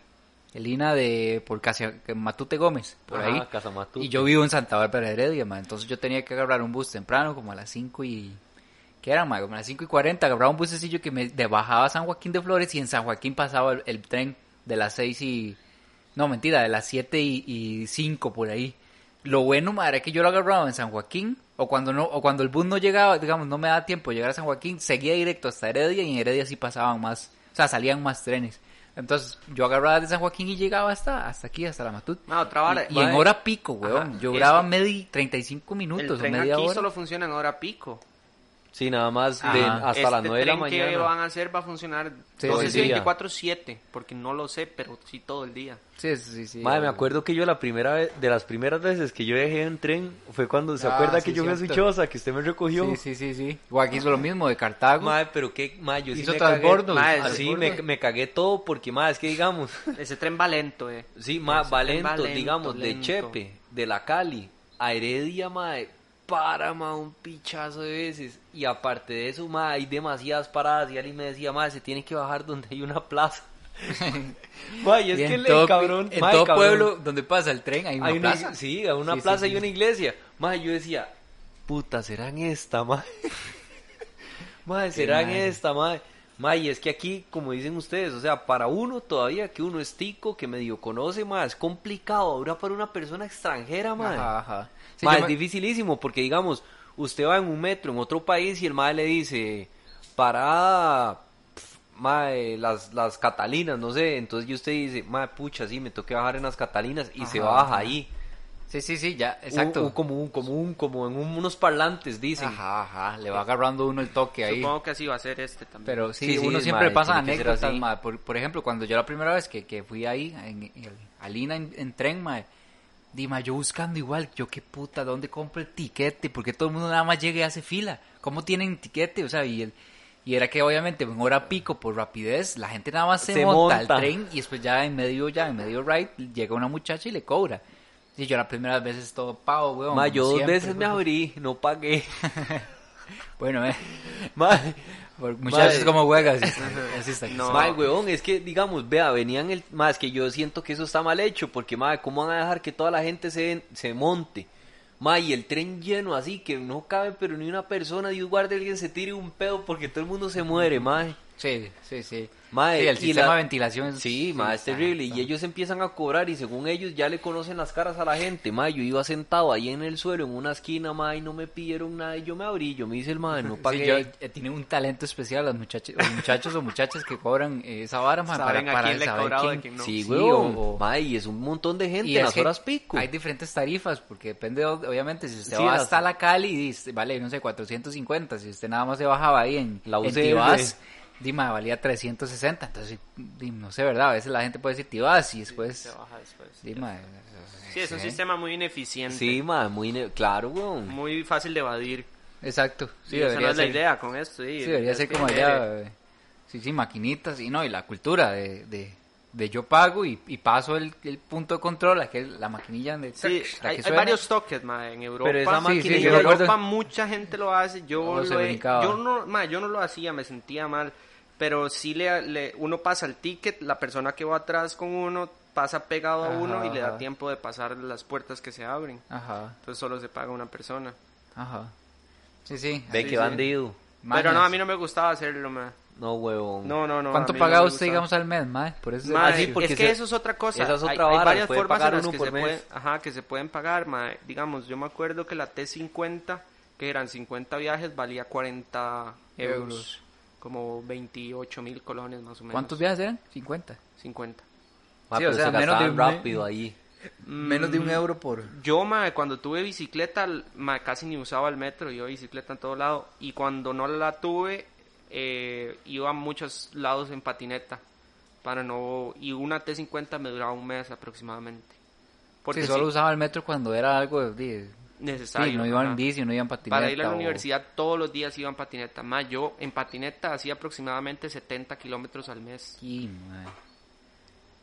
[SPEAKER 2] el Lina de, por Casia- Matute Gómez, por
[SPEAKER 3] Ajá,
[SPEAKER 2] ahí.
[SPEAKER 3] Casamatute.
[SPEAKER 2] Y yo vivo en Santa Bárbara de Heredia, mae, entonces yo tenía que agarrar un bus temprano, como a las 5 y... ¿Qué era, mae? Como a las 5 y 40, agarraba un bucecillo que me de- bajaba a San Joaquín de Flores y en San Joaquín pasaba el, el tren de las 6 y... No, mentira, de las 7 y, y 5 por ahí. Lo bueno, madre, era que yo lo agarraba en San Joaquín o cuando no o cuando el bus no llegaba, digamos, no me daba tiempo de llegar a San Joaquín, seguía directo hasta Heredia y en Heredia sí pasaban más, o sea, salían más trenes. Entonces, yo agarraba de San Joaquín y llegaba hasta hasta aquí, hasta la Matut.
[SPEAKER 3] Ah,
[SPEAKER 1] Ma, otra vara,
[SPEAKER 2] y, y en
[SPEAKER 1] mae.
[SPEAKER 2] hora pico, weón.
[SPEAKER 1] Ajá,
[SPEAKER 2] yo
[SPEAKER 1] es
[SPEAKER 2] duraba
[SPEAKER 1] que
[SPEAKER 2] media 35 minutos
[SPEAKER 1] El
[SPEAKER 2] o
[SPEAKER 1] tren
[SPEAKER 2] media
[SPEAKER 1] aquí
[SPEAKER 2] hora.
[SPEAKER 1] solo funciona en hora pico.
[SPEAKER 3] Sí, nada más de-
[SPEAKER 2] Ajá.
[SPEAKER 3] hasta las 9 de la
[SPEAKER 1] Este que
[SPEAKER 3] mañana.
[SPEAKER 1] van a hacer va a funcionar
[SPEAKER 2] Sí,
[SPEAKER 1] no
[SPEAKER 2] todo
[SPEAKER 1] sé
[SPEAKER 2] el
[SPEAKER 1] si
[SPEAKER 3] día.
[SPEAKER 1] 24/7, porque no lo sé, pero sí todo el día.
[SPEAKER 2] Sí, sí, sí, sí.
[SPEAKER 3] Madre, me
[SPEAKER 2] weón.
[SPEAKER 3] acuerdo que yo la primera vez, de las primeras veces que yo viajé en tren, fue cuando, ¿se
[SPEAKER 2] Ah,
[SPEAKER 3] acuerda
[SPEAKER 2] sí,
[SPEAKER 3] que yo me fui
[SPEAKER 2] cierto.
[SPEAKER 3] chosa, que usted me recogió?
[SPEAKER 2] Sí, sí, sí, sí. O aquí hizo lo mismo de Cartago.
[SPEAKER 3] Mae, pero qué, mae, yo sí
[SPEAKER 2] Hizo
[SPEAKER 3] me cagué.
[SPEAKER 2] transbordo,
[SPEAKER 3] Mae,
[SPEAKER 2] hizo
[SPEAKER 3] sí,
[SPEAKER 2] transbordo.
[SPEAKER 3] me, me cagué todo porque, mae, es que digamos,
[SPEAKER 1] Ese tren va lento, eh.
[SPEAKER 3] Sí, más
[SPEAKER 2] Pues,
[SPEAKER 1] Ese tren va
[SPEAKER 3] valento,
[SPEAKER 1] lento,
[SPEAKER 3] digamos, de
[SPEAKER 1] lento.
[SPEAKER 3] Chepe, de la Cali, a Heredia, mae, para, ma, un pichazo de veces. Y aparte de eso, ma, hay demasiadas paradas. Y alguien me decía, ma, se tiene que bajar donde hay una plaza. Ma, y es
[SPEAKER 2] Y en
[SPEAKER 3] que el
[SPEAKER 2] todo,
[SPEAKER 3] cabrón,
[SPEAKER 2] en
[SPEAKER 3] ma, el
[SPEAKER 2] todo
[SPEAKER 3] cabrón,
[SPEAKER 2] pueblo donde pasa el tren hay una
[SPEAKER 3] hay una,
[SPEAKER 2] plaza.
[SPEAKER 3] Sí, a una
[SPEAKER 2] Sí, sí,
[SPEAKER 3] plaza
[SPEAKER 2] sí.
[SPEAKER 3] y una iglesia. Ma, yo decía, puta, serán esta, ma. ma, serán
[SPEAKER 2] madre.
[SPEAKER 3] esta, ma. Ma, y es que aquí, como dicen ustedes, o sea, para uno todavía que uno es tico, que medio conoce, ma, es complicado. Ahora para una persona extranjera, ma.
[SPEAKER 2] Ajá, ajá. Sí,
[SPEAKER 3] Ma,
[SPEAKER 2] yo
[SPEAKER 3] es
[SPEAKER 2] me-
[SPEAKER 3] dificilísimo porque, digamos, usted va en un metro en otro país y el madre le dice, para las, las Catalinas, no sé. Entonces, y usted dice, madre, pucha, sí, me toqué bajar en las Catalinas y se
[SPEAKER 2] Ajá,
[SPEAKER 3] baja
[SPEAKER 2] ajá.
[SPEAKER 3] ahí.
[SPEAKER 2] Sí, sí, sí, ya, exacto.
[SPEAKER 3] Un- un- como, un, como, un, como en un- unos parlantes, dicen.
[SPEAKER 2] Ajá, ajá, le va agarrando uno el toque ahí.
[SPEAKER 1] Supongo que así va a ser este también.
[SPEAKER 2] Pero sí,
[SPEAKER 3] Sí, sí,
[SPEAKER 2] uno
[SPEAKER 3] es,
[SPEAKER 2] siempre
[SPEAKER 3] mae,
[SPEAKER 2] pasa
[SPEAKER 3] tiene que ser
[SPEAKER 2] anécdotas,
[SPEAKER 3] así.
[SPEAKER 2] mae. Por, por ejemplo, cuando yo la primera vez que, que fui ahí, en, en- a Lina en, en tren, mae, di, mae, yo buscando igual, yo qué puta, ¿dónde compro el tiquete? ¿Por qué todo el mundo nada más llega y hace fila? ¿Cómo tienen tiquete? O sea, y, el, y era que obviamente en hora pico, por rapidez, la gente nada más se,
[SPEAKER 3] Se
[SPEAKER 2] monta,
[SPEAKER 3] monta.
[SPEAKER 2] al tren y después ya en medio, ya en medio ride, llega una muchacha y le cobra. Y yo la primera vez es todo pavo, weón.
[SPEAKER 3] Ma,
[SPEAKER 2] como
[SPEAKER 3] yo dos
[SPEAKER 2] siempre,
[SPEAKER 3] veces me
[SPEAKER 2] weón.
[SPEAKER 3] abrí, no pagué.
[SPEAKER 2] Bueno, eh,
[SPEAKER 3] Ma,
[SPEAKER 2] por- muchachos
[SPEAKER 3] Mae.
[SPEAKER 2] como juegas. Así está.
[SPEAKER 1] No.
[SPEAKER 3] ma, weón, es que, digamos, vea, venían el... Más que yo siento que eso está mal hecho, porque, ma, ¿cómo van a dejar que toda la gente se, se monte? Ma, y el tren lleno así, que no cabe pero ni una persona, Dios guarde, alguien se tire un pedo porque todo el mundo se muere, ma.
[SPEAKER 2] Sí, sí, sí.
[SPEAKER 3] Mae,
[SPEAKER 2] Sí, el
[SPEAKER 3] y
[SPEAKER 2] sistema
[SPEAKER 3] la-
[SPEAKER 2] de ventilación es...
[SPEAKER 3] Sí, ma, es
[SPEAKER 2] está-
[SPEAKER 3] terrible.
[SPEAKER 2] está-
[SPEAKER 3] Y ellos empiezan a cobrar y según ellos ya le conocen las caras a la gente. Ma, yo iba sentado ahí en el suelo, en una esquina, ma, y no me pidieron nada. Y yo me abrí, yo me hice el ma, no
[SPEAKER 2] Sí,
[SPEAKER 3] pagué.
[SPEAKER 2] yo- eh, tienen un talento especial las muchachas, los muchachos o muchachas que cobran eh, esa vara, ma, para,
[SPEAKER 1] Saben a
[SPEAKER 2] para
[SPEAKER 1] quién le he
[SPEAKER 2] saber
[SPEAKER 1] cobrado y
[SPEAKER 2] quién-
[SPEAKER 1] a quién no.
[SPEAKER 3] Sí,
[SPEAKER 2] sí,
[SPEAKER 3] weón.
[SPEAKER 2] o- o-
[SPEAKER 3] Ma, y es un montón de gente
[SPEAKER 2] Y
[SPEAKER 3] en
[SPEAKER 2] es
[SPEAKER 3] las
[SPEAKER 2] que
[SPEAKER 3] horas pico.
[SPEAKER 2] Hay diferentes tarifas, porque depende, ob- obviamente, si usted
[SPEAKER 3] Sí,
[SPEAKER 2] va
[SPEAKER 3] las-
[SPEAKER 2] hasta la Cali, dice, vale, no sé, 450, si usted nada más se bajaba ahí en
[SPEAKER 3] La
[SPEAKER 2] en
[SPEAKER 3] UCR.
[SPEAKER 2] Tibás, Dima valía 360, entonces, di, no sé, ¿verdad? A veces la gente puede decir Tibás y después,
[SPEAKER 1] Se baja después.
[SPEAKER 2] Dima...
[SPEAKER 1] Sí,
[SPEAKER 2] ¿eh?
[SPEAKER 1] es un sistema muy ineficiente,
[SPEAKER 3] Sí, ma, muy... ne- Claro, weón.
[SPEAKER 1] muy fácil de evadir.
[SPEAKER 2] Exacto, sí,
[SPEAKER 1] Y esa no
[SPEAKER 2] debería
[SPEAKER 1] es la
[SPEAKER 2] ser.
[SPEAKER 1] idea con esto, sí.
[SPEAKER 2] Sí, debería ser
[SPEAKER 1] Es que
[SPEAKER 2] como
[SPEAKER 1] genere.
[SPEAKER 2] allá. eh, Sí, sí, maquinitas y no, y la cultura de, de, de yo pago y, y paso el, el punto de control, aquel, la maquinilla donde
[SPEAKER 1] Sí,
[SPEAKER 2] la
[SPEAKER 1] hay, hay
[SPEAKER 2] que suena.
[SPEAKER 1] varios toques, ma, en Europa.
[SPEAKER 3] Pero esa
[SPEAKER 1] Sí,
[SPEAKER 3] máquina-
[SPEAKER 1] en
[SPEAKER 3] yo
[SPEAKER 1] Europa
[SPEAKER 2] recuerdo-
[SPEAKER 1] mucha gente lo hace. Yo,
[SPEAKER 2] Todo Oh, se
[SPEAKER 1] lo he-
[SPEAKER 2] brincaba.
[SPEAKER 1] yo, no, ma, yo no lo hacía, me sentía mal. Pero sí le, le- uno pasa el ticket, la persona que va atrás con uno pasa pegado a
[SPEAKER 2] Ajá,
[SPEAKER 1] uno y le da
[SPEAKER 2] ajá.
[SPEAKER 1] tiempo de pasar las puertas que se abren.
[SPEAKER 2] Ajá,
[SPEAKER 1] Entonces solo se paga una persona.
[SPEAKER 2] ajá. Sí, sí.
[SPEAKER 3] Ve
[SPEAKER 1] Sí,
[SPEAKER 3] que
[SPEAKER 1] sí.
[SPEAKER 3] bandido.
[SPEAKER 1] Pero no,
[SPEAKER 2] Mañas. Uh.
[SPEAKER 1] a mí no me gustaba hacerlo, ma.
[SPEAKER 3] No, huevón.
[SPEAKER 1] No, no, no. a
[SPEAKER 2] ¿Cuánto
[SPEAKER 1] mí no
[SPEAKER 2] pagaba
[SPEAKER 1] me
[SPEAKER 2] usted,
[SPEAKER 1] gustaba.
[SPEAKER 2] digamos, al mes, mae? Por eso
[SPEAKER 1] Ma,
[SPEAKER 3] Ah, sí,
[SPEAKER 1] es-
[SPEAKER 3] porque
[SPEAKER 1] es que
[SPEAKER 3] se-
[SPEAKER 1] eso es otra cosa.
[SPEAKER 3] esa es
[SPEAKER 1] Hay-
[SPEAKER 3] otra
[SPEAKER 1] hay,
[SPEAKER 3] vara,
[SPEAKER 1] varias
[SPEAKER 3] puede
[SPEAKER 1] formas
[SPEAKER 3] pagar
[SPEAKER 1] en las
[SPEAKER 3] uno
[SPEAKER 1] que
[SPEAKER 3] por
[SPEAKER 1] se
[SPEAKER 3] mes.
[SPEAKER 1] pueden- ajá, que se pueden pagar, ma. Digamos, yo me acuerdo que la T50, que eran 50 viajes, valía 40 euros.
[SPEAKER 2] Euros.
[SPEAKER 1] Como 28 mil colones más o menos.
[SPEAKER 2] ¿Cuántos viajes eran? 50.
[SPEAKER 1] 50.
[SPEAKER 3] Ma,
[SPEAKER 2] Sí, o
[SPEAKER 3] pero
[SPEAKER 2] sea,
[SPEAKER 3] se
[SPEAKER 2] menos de
[SPEAKER 3] gastaban
[SPEAKER 2] un-
[SPEAKER 3] rápido ahí.
[SPEAKER 2] Menos
[SPEAKER 1] Mm,
[SPEAKER 2] de un euro por...
[SPEAKER 1] Yo, ma, cuando tuve bicicleta, l- ma, casi ni usaba el metro, yo bicicleta en todo lado. Y cuando no la tuve, eh, iba a muchos lados en patineta. Para no... Y una T50 me duraba un mes aproximadamente.
[SPEAKER 2] Porque solo
[SPEAKER 1] sí,
[SPEAKER 2] usaba el metro cuando era algo de... de-
[SPEAKER 1] necesario.
[SPEAKER 2] Sí, no iban
[SPEAKER 1] ajá.
[SPEAKER 2] en bici, no iban en patineta.
[SPEAKER 1] Para ir a la
[SPEAKER 2] o-
[SPEAKER 1] universidad todos los días iba en patineta. Más yo en patineta hacía aproximadamente 70 kilómetros al mes.
[SPEAKER 2] Sí, mae.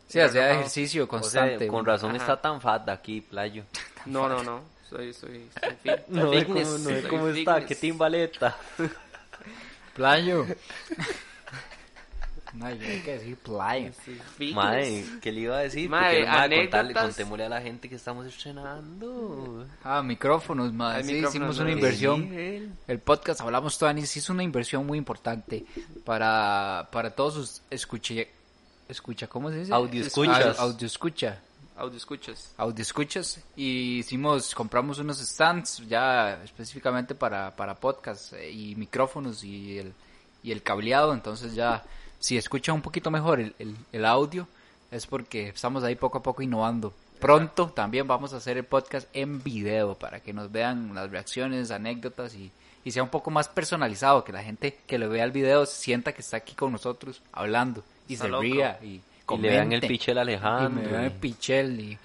[SPEAKER 2] Sí, hacía
[SPEAKER 1] Relajado.
[SPEAKER 2] ejercicio
[SPEAKER 3] O sea,
[SPEAKER 2] constante.
[SPEAKER 3] con
[SPEAKER 2] güey.
[SPEAKER 3] razón
[SPEAKER 1] Ajá.
[SPEAKER 3] está tan fat aquí, playo.
[SPEAKER 1] No, no, no. Soy, soy, soy fit-
[SPEAKER 3] No ve
[SPEAKER 1] fitness,
[SPEAKER 3] cómo, no ve
[SPEAKER 1] soy
[SPEAKER 3] cómo está,
[SPEAKER 1] fitness.
[SPEAKER 3] qué timbaleta.
[SPEAKER 2] Playo. no, yo hay que decir playo.
[SPEAKER 1] Soy fitness.
[SPEAKER 3] Madre, ¿qué le iba a decir?
[SPEAKER 1] Mae,
[SPEAKER 3] Porque, mae, contarle-
[SPEAKER 1] anécdotas.
[SPEAKER 3] contémosle a la gente que estamos estrenando.
[SPEAKER 2] Ah, micrófonos, madre.
[SPEAKER 1] Hay
[SPEAKER 2] Sí,
[SPEAKER 1] micrófonos,
[SPEAKER 2] hicimos
[SPEAKER 1] ¿no?
[SPEAKER 2] una
[SPEAKER 1] Sí.
[SPEAKER 2] inversión.
[SPEAKER 3] él.
[SPEAKER 2] El podcast Hablamos Tuanis hizo una inversión muy importante para, para todos sus escuche, escucha, ¿cómo se dice?
[SPEAKER 3] Audioescuchas.
[SPEAKER 2] Ah, Audioescucha.
[SPEAKER 1] Audio escuchas.
[SPEAKER 2] Audioescuchas. Y hicimos, compramos unos stands ya específicamente para, para podcast eh, y micrófonos y el, y el cableado. Entonces ya, si escucha un poquito mejor el, el, el audio, es porque estamos ahí poco a poco innovando. Pronto también vamos a hacer el podcast en video para que nos vean las reacciones, anécdotas y, y sea un poco más personalizado, que la gente que lo vea el video sienta que está aquí con nosotros hablando y
[SPEAKER 1] Está
[SPEAKER 2] se
[SPEAKER 1] loco.
[SPEAKER 2] ría y
[SPEAKER 3] Y le dan el
[SPEAKER 2] comente.
[SPEAKER 3] pichel a
[SPEAKER 1] Ah,
[SPEAKER 2] Y me
[SPEAKER 3] Alejandro.
[SPEAKER 2] da el pichel y,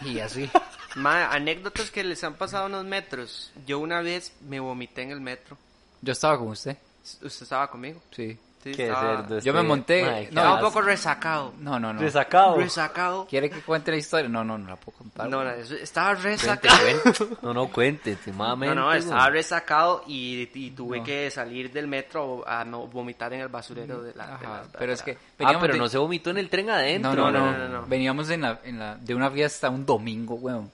[SPEAKER 2] y así.
[SPEAKER 1] Ma, anécdotas que les han pasado en los metros. Yo una vez me vomité en el metro.
[SPEAKER 2] Yo estaba con usted,
[SPEAKER 1] S- Usted estaba conmigo.
[SPEAKER 2] sí.
[SPEAKER 1] Sí,
[SPEAKER 3] Qué
[SPEAKER 1] estaba-
[SPEAKER 3] cerdo
[SPEAKER 2] Yo me
[SPEAKER 3] este.
[SPEAKER 2] monté-
[SPEAKER 3] Mae,
[SPEAKER 2] no,
[SPEAKER 3] qué
[SPEAKER 1] Estaba un
[SPEAKER 2] as-
[SPEAKER 1] poco resacado.
[SPEAKER 2] No, no, no.
[SPEAKER 3] Resacado.
[SPEAKER 1] Resacado.
[SPEAKER 2] ¿Quiere que cuente la historia? No, no, no la puedo contar.
[SPEAKER 1] No, no, estaba
[SPEAKER 3] Cuente,
[SPEAKER 1] resacado.
[SPEAKER 3] cuente. No, no, cuente,
[SPEAKER 1] No,
[SPEAKER 3] timadamente.
[SPEAKER 1] no, estaba
[SPEAKER 3] güey.
[SPEAKER 1] resacado y, y tuve
[SPEAKER 2] No.
[SPEAKER 1] que salir del metro a no vomitar en el basurero de la... de
[SPEAKER 2] Ajá,
[SPEAKER 1] la-
[SPEAKER 2] pero
[SPEAKER 1] de
[SPEAKER 2] es que
[SPEAKER 1] la-
[SPEAKER 3] Ah,
[SPEAKER 2] veníamos
[SPEAKER 3] pero
[SPEAKER 2] de-
[SPEAKER 3] no se vomitó en el tren adentro.
[SPEAKER 2] no, no, no,
[SPEAKER 1] no, no, no.
[SPEAKER 2] Veníamos en la, en la, de una fiesta un domingo, weón.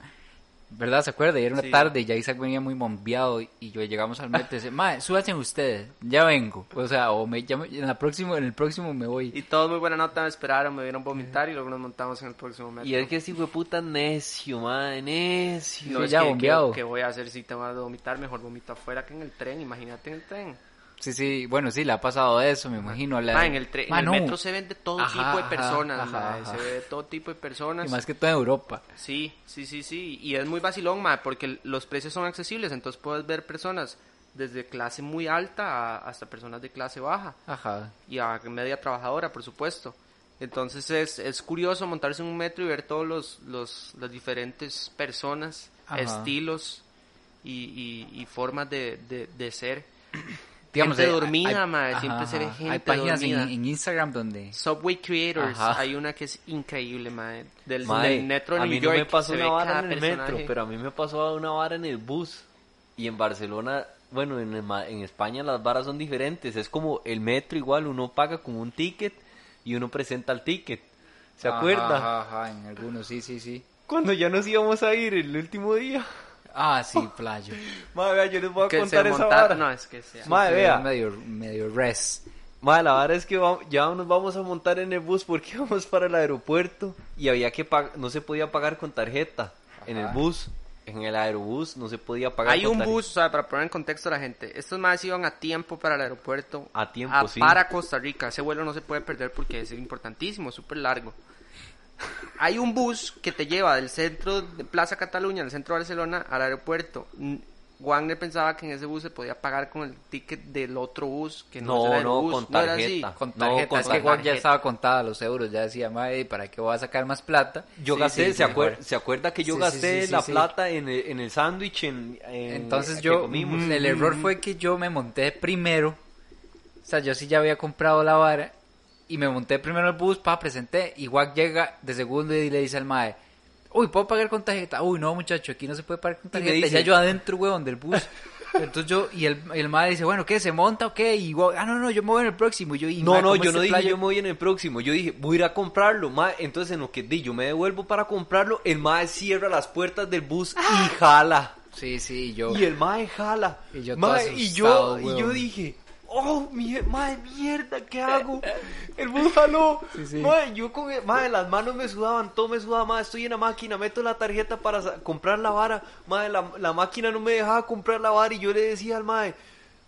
[SPEAKER 2] ¿Verdad? ¿Se acuerda? Y era una
[SPEAKER 1] Sí.
[SPEAKER 2] tarde y ya Isaac venía muy bombeado y, y yo llegamos al metro y dice, mae, súbanse ustedes, ya vengo. O sea, o me, ya me- en, la próximo, en el próximo me voy.
[SPEAKER 1] Y todos muy buena nota me esperaron, me vieron vomitar y luego nos montamos en el próximo metro.
[SPEAKER 3] Y es que ese hijo de puta necio, madre, necio.
[SPEAKER 1] No,
[SPEAKER 2] sí,
[SPEAKER 1] es
[SPEAKER 2] ya
[SPEAKER 1] que,
[SPEAKER 2] bombeado.
[SPEAKER 1] que- que voy a hacer si tengo que vomitar, mejor vomito afuera que en el tren, imagínate en el tren.
[SPEAKER 2] Sí, sí, bueno, sí, le ha pasado eso, me imagino. la-
[SPEAKER 1] Ah, en el, tren, en
[SPEAKER 2] Ma,
[SPEAKER 1] el
[SPEAKER 2] no.
[SPEAKER 1] metro se vende todo
[SPEAKER 2] Ajá,
[SPEAKER 1] tipo de
[SPEAKER 2] ajá,
[SPEAKER 1] personas,
[SPEAKER 2] ajá,
[SPEAKER 1] mae,
[SPEAKER 2] ajá.
[SPEAKER 1] se ve todo tipo de personas.
[SPEAKER 2] Y más que todo en Europa.
[SPEAKER 1] Sí, sí, sí, sí. Y es muy vacilón, ma, porque los precios son accesibles, entonces puedes ver personas desde clase muy alta a- hasta personas de clase baja
[SPEAKER 2] Ajá.
[SPEAKER 1] y a media trabajadora, por supuesto. Entonces es, es curioso montarse en un metro y ver todos los, los las diferentes personas,
[SPEAKER 2] Ajá.
[SPEAKER 1] estilos y, y- y formas de, de- de ser.
[SPEAKER 2] Digamos,
[SPEAKER 1] gente
[SPEAKER 2] eh,
[SPEAKER 1] dormida,
[SPEAKER 2] hay-
[SPEAKER 1] mae,
[SPEAKER 2] ajá,
[SPEAKER 1] siempre se ve
[SPEAKER 2] ajá.
[SPEAKER 1] gente
[SPEAKER 2] Hay páginas en,
[SPEAKER 1] dormida.
[SPEAKER 2] en Instagram donde...
[SPEAKER 1] Subway Creators,
[SPEAKER 2] Ajá.
[SPEAKER 1] hay una que es increíble, mae. Del,
[SPEAKER 3] Mae,
[SPEAKER 1] del metro de
[SPEAKER 3] a
[SPEAKER 1] New
[SPEAKER 3] mí
[SPEAKER 1] York.
[SPEAKER 3] no me pasó
[SPEAKER 1] se
[SPEAKER 3] una
[SPEAKER 1] ve
[SPEAKER 3] vara
[SPEAKER 1] cada
[SPEAKER 3] en el metro,
[SPEAKER 1] personaje.
[SPEAKER 3] pero a mí me pasó una vara en el bus. Y en Barcelona, bueno, en, el ma- en España las varas son diferentes. Es como el metro igual, uno paga con un ticket y uno presenta el ticket. ¿Se
[SPEAKER 2] Ajá,
[SPEAKER 3] acuerda?
[SPEAKER 2] Ajá, ajá, en algunos, sí, sí, sí.
[SPEAKER 3] Cuando ya nos íbamos a ir el último día.
[SPEAKER 2] Ah, sí, playo.
[SPEAKER 3] Madre, vea, yo les voy a
[SPEAKER 1] que
[SPEAKER 3] contar
[SPEAKER 1] se
[SPEAKER 3] esa
[SPEAKER 1] monta-
[SPEAKER 3] vara.
[SPEAKER 1] No, es que sea.
[SPEAKER 3] Ma- Madre,
[SPEAKER 2] Sí,
[SPEAKER 3] vea.
[SPEAKER 2] Medio, medio res.
[SPEAKER 3] Madre, la verdad es que va- ya nos vamos a montar en el bus porque vamos para el aeropuerto y había que pag- no se podía pagar con tarjeta en el
[SPEAKER 2] Ajá.
[SPEAKER 3] bus, en el aerobús no se podía pagar
[SPEAKER 1] Hay
[SPEAKER 3] con
[SPEAKER 1] un
[SPEAKER 3] tarjeta.
[SPEAKER 1] bus, o sea, para poner en contexto a la gente. Estos más iban a tiempo para el aeropuerto. Ah,
[SPEAKER 3] A tiempo, sí.
[SPEAKER 1] Para Costa Rica. Ese vuelo no se puede perder porque es importantísimo, súper largo. Hay un bus que te lleva del centro de Plaza Cataluña, del centro de Barcelona, al aeropuerto. Mm, Wagner pensaba que en ese bus se podía pagar con el ticket del otro bus, que no,
[SPEAKER 3] No,
[SPEAKER 1] era el
[SPEAKER 3] no,
[SPEAKER 1] bus.
[SPEAKER 3] con
[SPEAKER 1] era así.
[SPEAKER 3] tarjeta.
[SPEAKER 2] Con
[SPEAKER 3] No,
[SPEAKER 2] tarjeta.
[SPEAKER 3] con
[SPEAKER 2] es que Juan
[SPEAKER 1] tarjeta.
[SPEAKER 2] ya estaba contada los euros. Ya decía, madre, ¿para qué voy a sacar más plata?
[SPEAKER 3] Yo
[SPEAKER 2] Sí,
[SPEAKER 3] gasté,
[SPEAKER 2] sí,
[SPEAKER 3] se,
[SPEAKER 2] sí,
[SPEAKER 3] acuer-
[SPEAKER 2] mejor.
[SPEAKER 3] ¿se acuerda que yo
[SPEAKER 2] Sí, sí,
[SPEAKER 3] gasté
[SPEAKER 2] sí, sí,
[SPEAKER 3] la
[SPEAKER 2] sí.
[SPEAKER 3] plata en el, en el sándwich? En, en-
[SPEAKER 2] Entonces
[SPEAKER 3] que
[SPEAKER 2] yo, mm,
[SPEAKER 3] comimos? Mm.
[SPEAKER 2] el error fue que yo me monté primero. O sea, yo sí ya había comprado la vara. y me monté primero al bus, pa, presenté, y Wack llega de segundo y le dice al mae, uy, ¿puedo pagar con tarjeta? Uy, no, muchacho, aquí no se puede pagar con tarjeta,
[SPEAKER 1] dice-
[SPEAKER 2] ya yo adentro, weón, del bus. Entonces yo, y el, y el mae dice, bueno, ¿qué? ¿Se monta o qué? Y Wack, ah, no, no, yo me voy en el próximo. Y yo, y,
[SPEAKER 3] No,
[SPEAKER 2] mae,
[SPEAKER 3] no,
[SPEAKER 2] ¿cómo
[SPEAKER 3] yo
[SPEAKER 2] este
[SPEAKER 3] no dije
[SPEAKER 2] playo-
[SPEAKER 3] yo me voy en el próximo. Yo dije, voy a ir a comprarlo. ma. Entonces, en lo que di, yo me devuelvo para comprarlo. El mae cierra las puertas del bus y jala.
[SPEAKER 2] Sí, sí, yo.
[SPEAKER 3] Y el mae jala.
[SPEAKER 2] Y yo todo
[SPEAKER 3] Mae, y, yo
[SPEAKER 2] asustado,
[SPEAKER 3] y yo
[SPEAKER 2] weón.
[SPEAKER 3] dije, oh, mi, mae, mierda, ¿qué hago? El bus jaló.
[SPEAKER 2] Sí, sí.
[SPEAKER 3] Mae, yo con el- mae, las manos me sudaban, todo me sudaba, mae, estoy en la máquina, meto la tarjeta para sa- comprar la vara. Mae, la, la máquina no me dejaba comprar la vara y yo le decía al mae,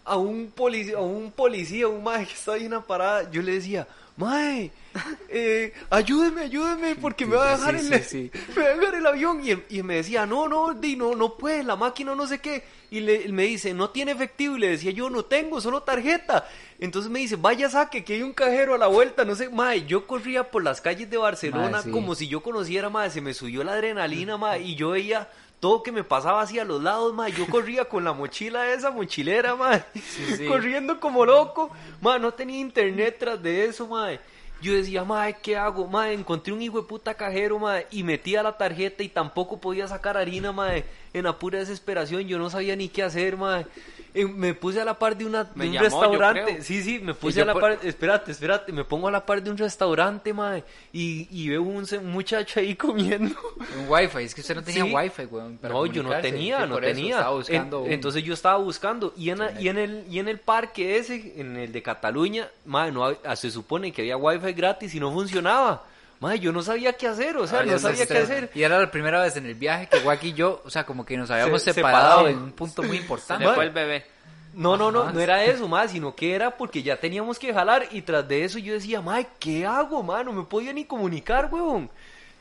[SPEAKER 3] a un policía, a un policía, un mae que estaba ahí en la parada, yo le decía, mae, eh, ayúdeme, ayúdeme, porque me va a
[SPEAKER 2] Sí,
[SPEAKER 3] dejar
[SPEAKER 2] sí,
[SPEAKER 3] en el-
[SPEAKER 2] sí.
[SPEAKER 3] me va a dejar el avión. Y, él- y me decía, no, no, di, no, no puede, la máquina no sé qué. Y le, me dice, no tiene efectivo. Y le decía, yo no tengo, solo tarjeta. Entonces me dice, vaya, saque, que hay un cajero a la vuelta. No sé, madre, yo corría por las calles de Barcelona
[SPEAKER 2] Mae, sí.
[SPEAKER 3] como si yo conociera, madre, se me subió la adrenalina, madre, y yo veía todo que me pasaba hacia los lados, madre. Yo corría con la mochila esa, mochilera, madre.
[SPEAKER 2] sí.
[SPEAKER 3] Corriendo como loco, madre, no tenía internet tras de eso, madre. Yo decía, madre, ¿qué hago? Madre, encontré un hijo de puta cajero, madre, y metía la tarjeta y tampoco podía sacar harina, madre. En la pura desesperación, yo no sabía ni qué hacer, madre. Eh, Me puse a la par de, una, de
[SPEAKER 1] Me
[SPEAKER 3] un
[SPEAKER 1] llamó, yo
[SPEAKER 3] restaurante.
[SPEAKER 1] creo.
[SPEAKER 3] Sí, sí, me puse
[SPEAKER 2] yo
[SPEAKER 3] a la
[SPEAKER 2] por-
[SPEAKER 3] par, espérate, espérate, me pongo a la par de un restaurante, madre, y, y veo un, se- un muchacho ahí comiendo.
[SPEAKER 2] Un wifi, es que usted no tenía
[SPEAKER 3] Sí.
[SPEAKER 2] wifi, weón. para
[SPEAKER 3] No, yo no
[SPEAKER 2] comunicarse.
[SPEAKER 3] tenía,
[SPEAKER 2] Sí,
[SPEAKER 3] no
[SPEAKER 2] por eso,
[SPEAKER 3] tenía.
[SPEAKER 2] estaba buscando
[SPEAKER 3] En-
[SPEAKER 2] un-
[SPEAKER 3] Entonces yo estaba buscando, y en, la- y en el, y en el parque ese, en el de Cataluña, madre, no, hab- se supone que había wifi gratis y no funcionaba. Madre, yo no sabía qué hacer, o sea,
[SPEAKER 2] Ah,
[SPEAKER 3] no
[SPEAKER 2] ya sé,
[SPEAKER 3] sabía qué
[SPEAKER 2] usted-
[SPEAKER 3] hacer.
[SPEAKER 2] Y era la primera vez en el viaje que Wack y yo, o sea, como que nos habíamos
[SPEAKER 3] Se-
[SPEAKER 2] separado,
[SPEAKER 3] separado.
[SPEAKER 2] en un punto muy importante.
[SPEAKER 1] Le fue el bebé.
[SPEAKER 3] No, no, no,
[SPEAKER 2] Ajá.
[SPEAKER 3] no era eso, más, sino que era porque ya teníamos que jalar y tras de eso yo decía, mae, ¿qué hago, mae? No me podía ni comunicar, huevón.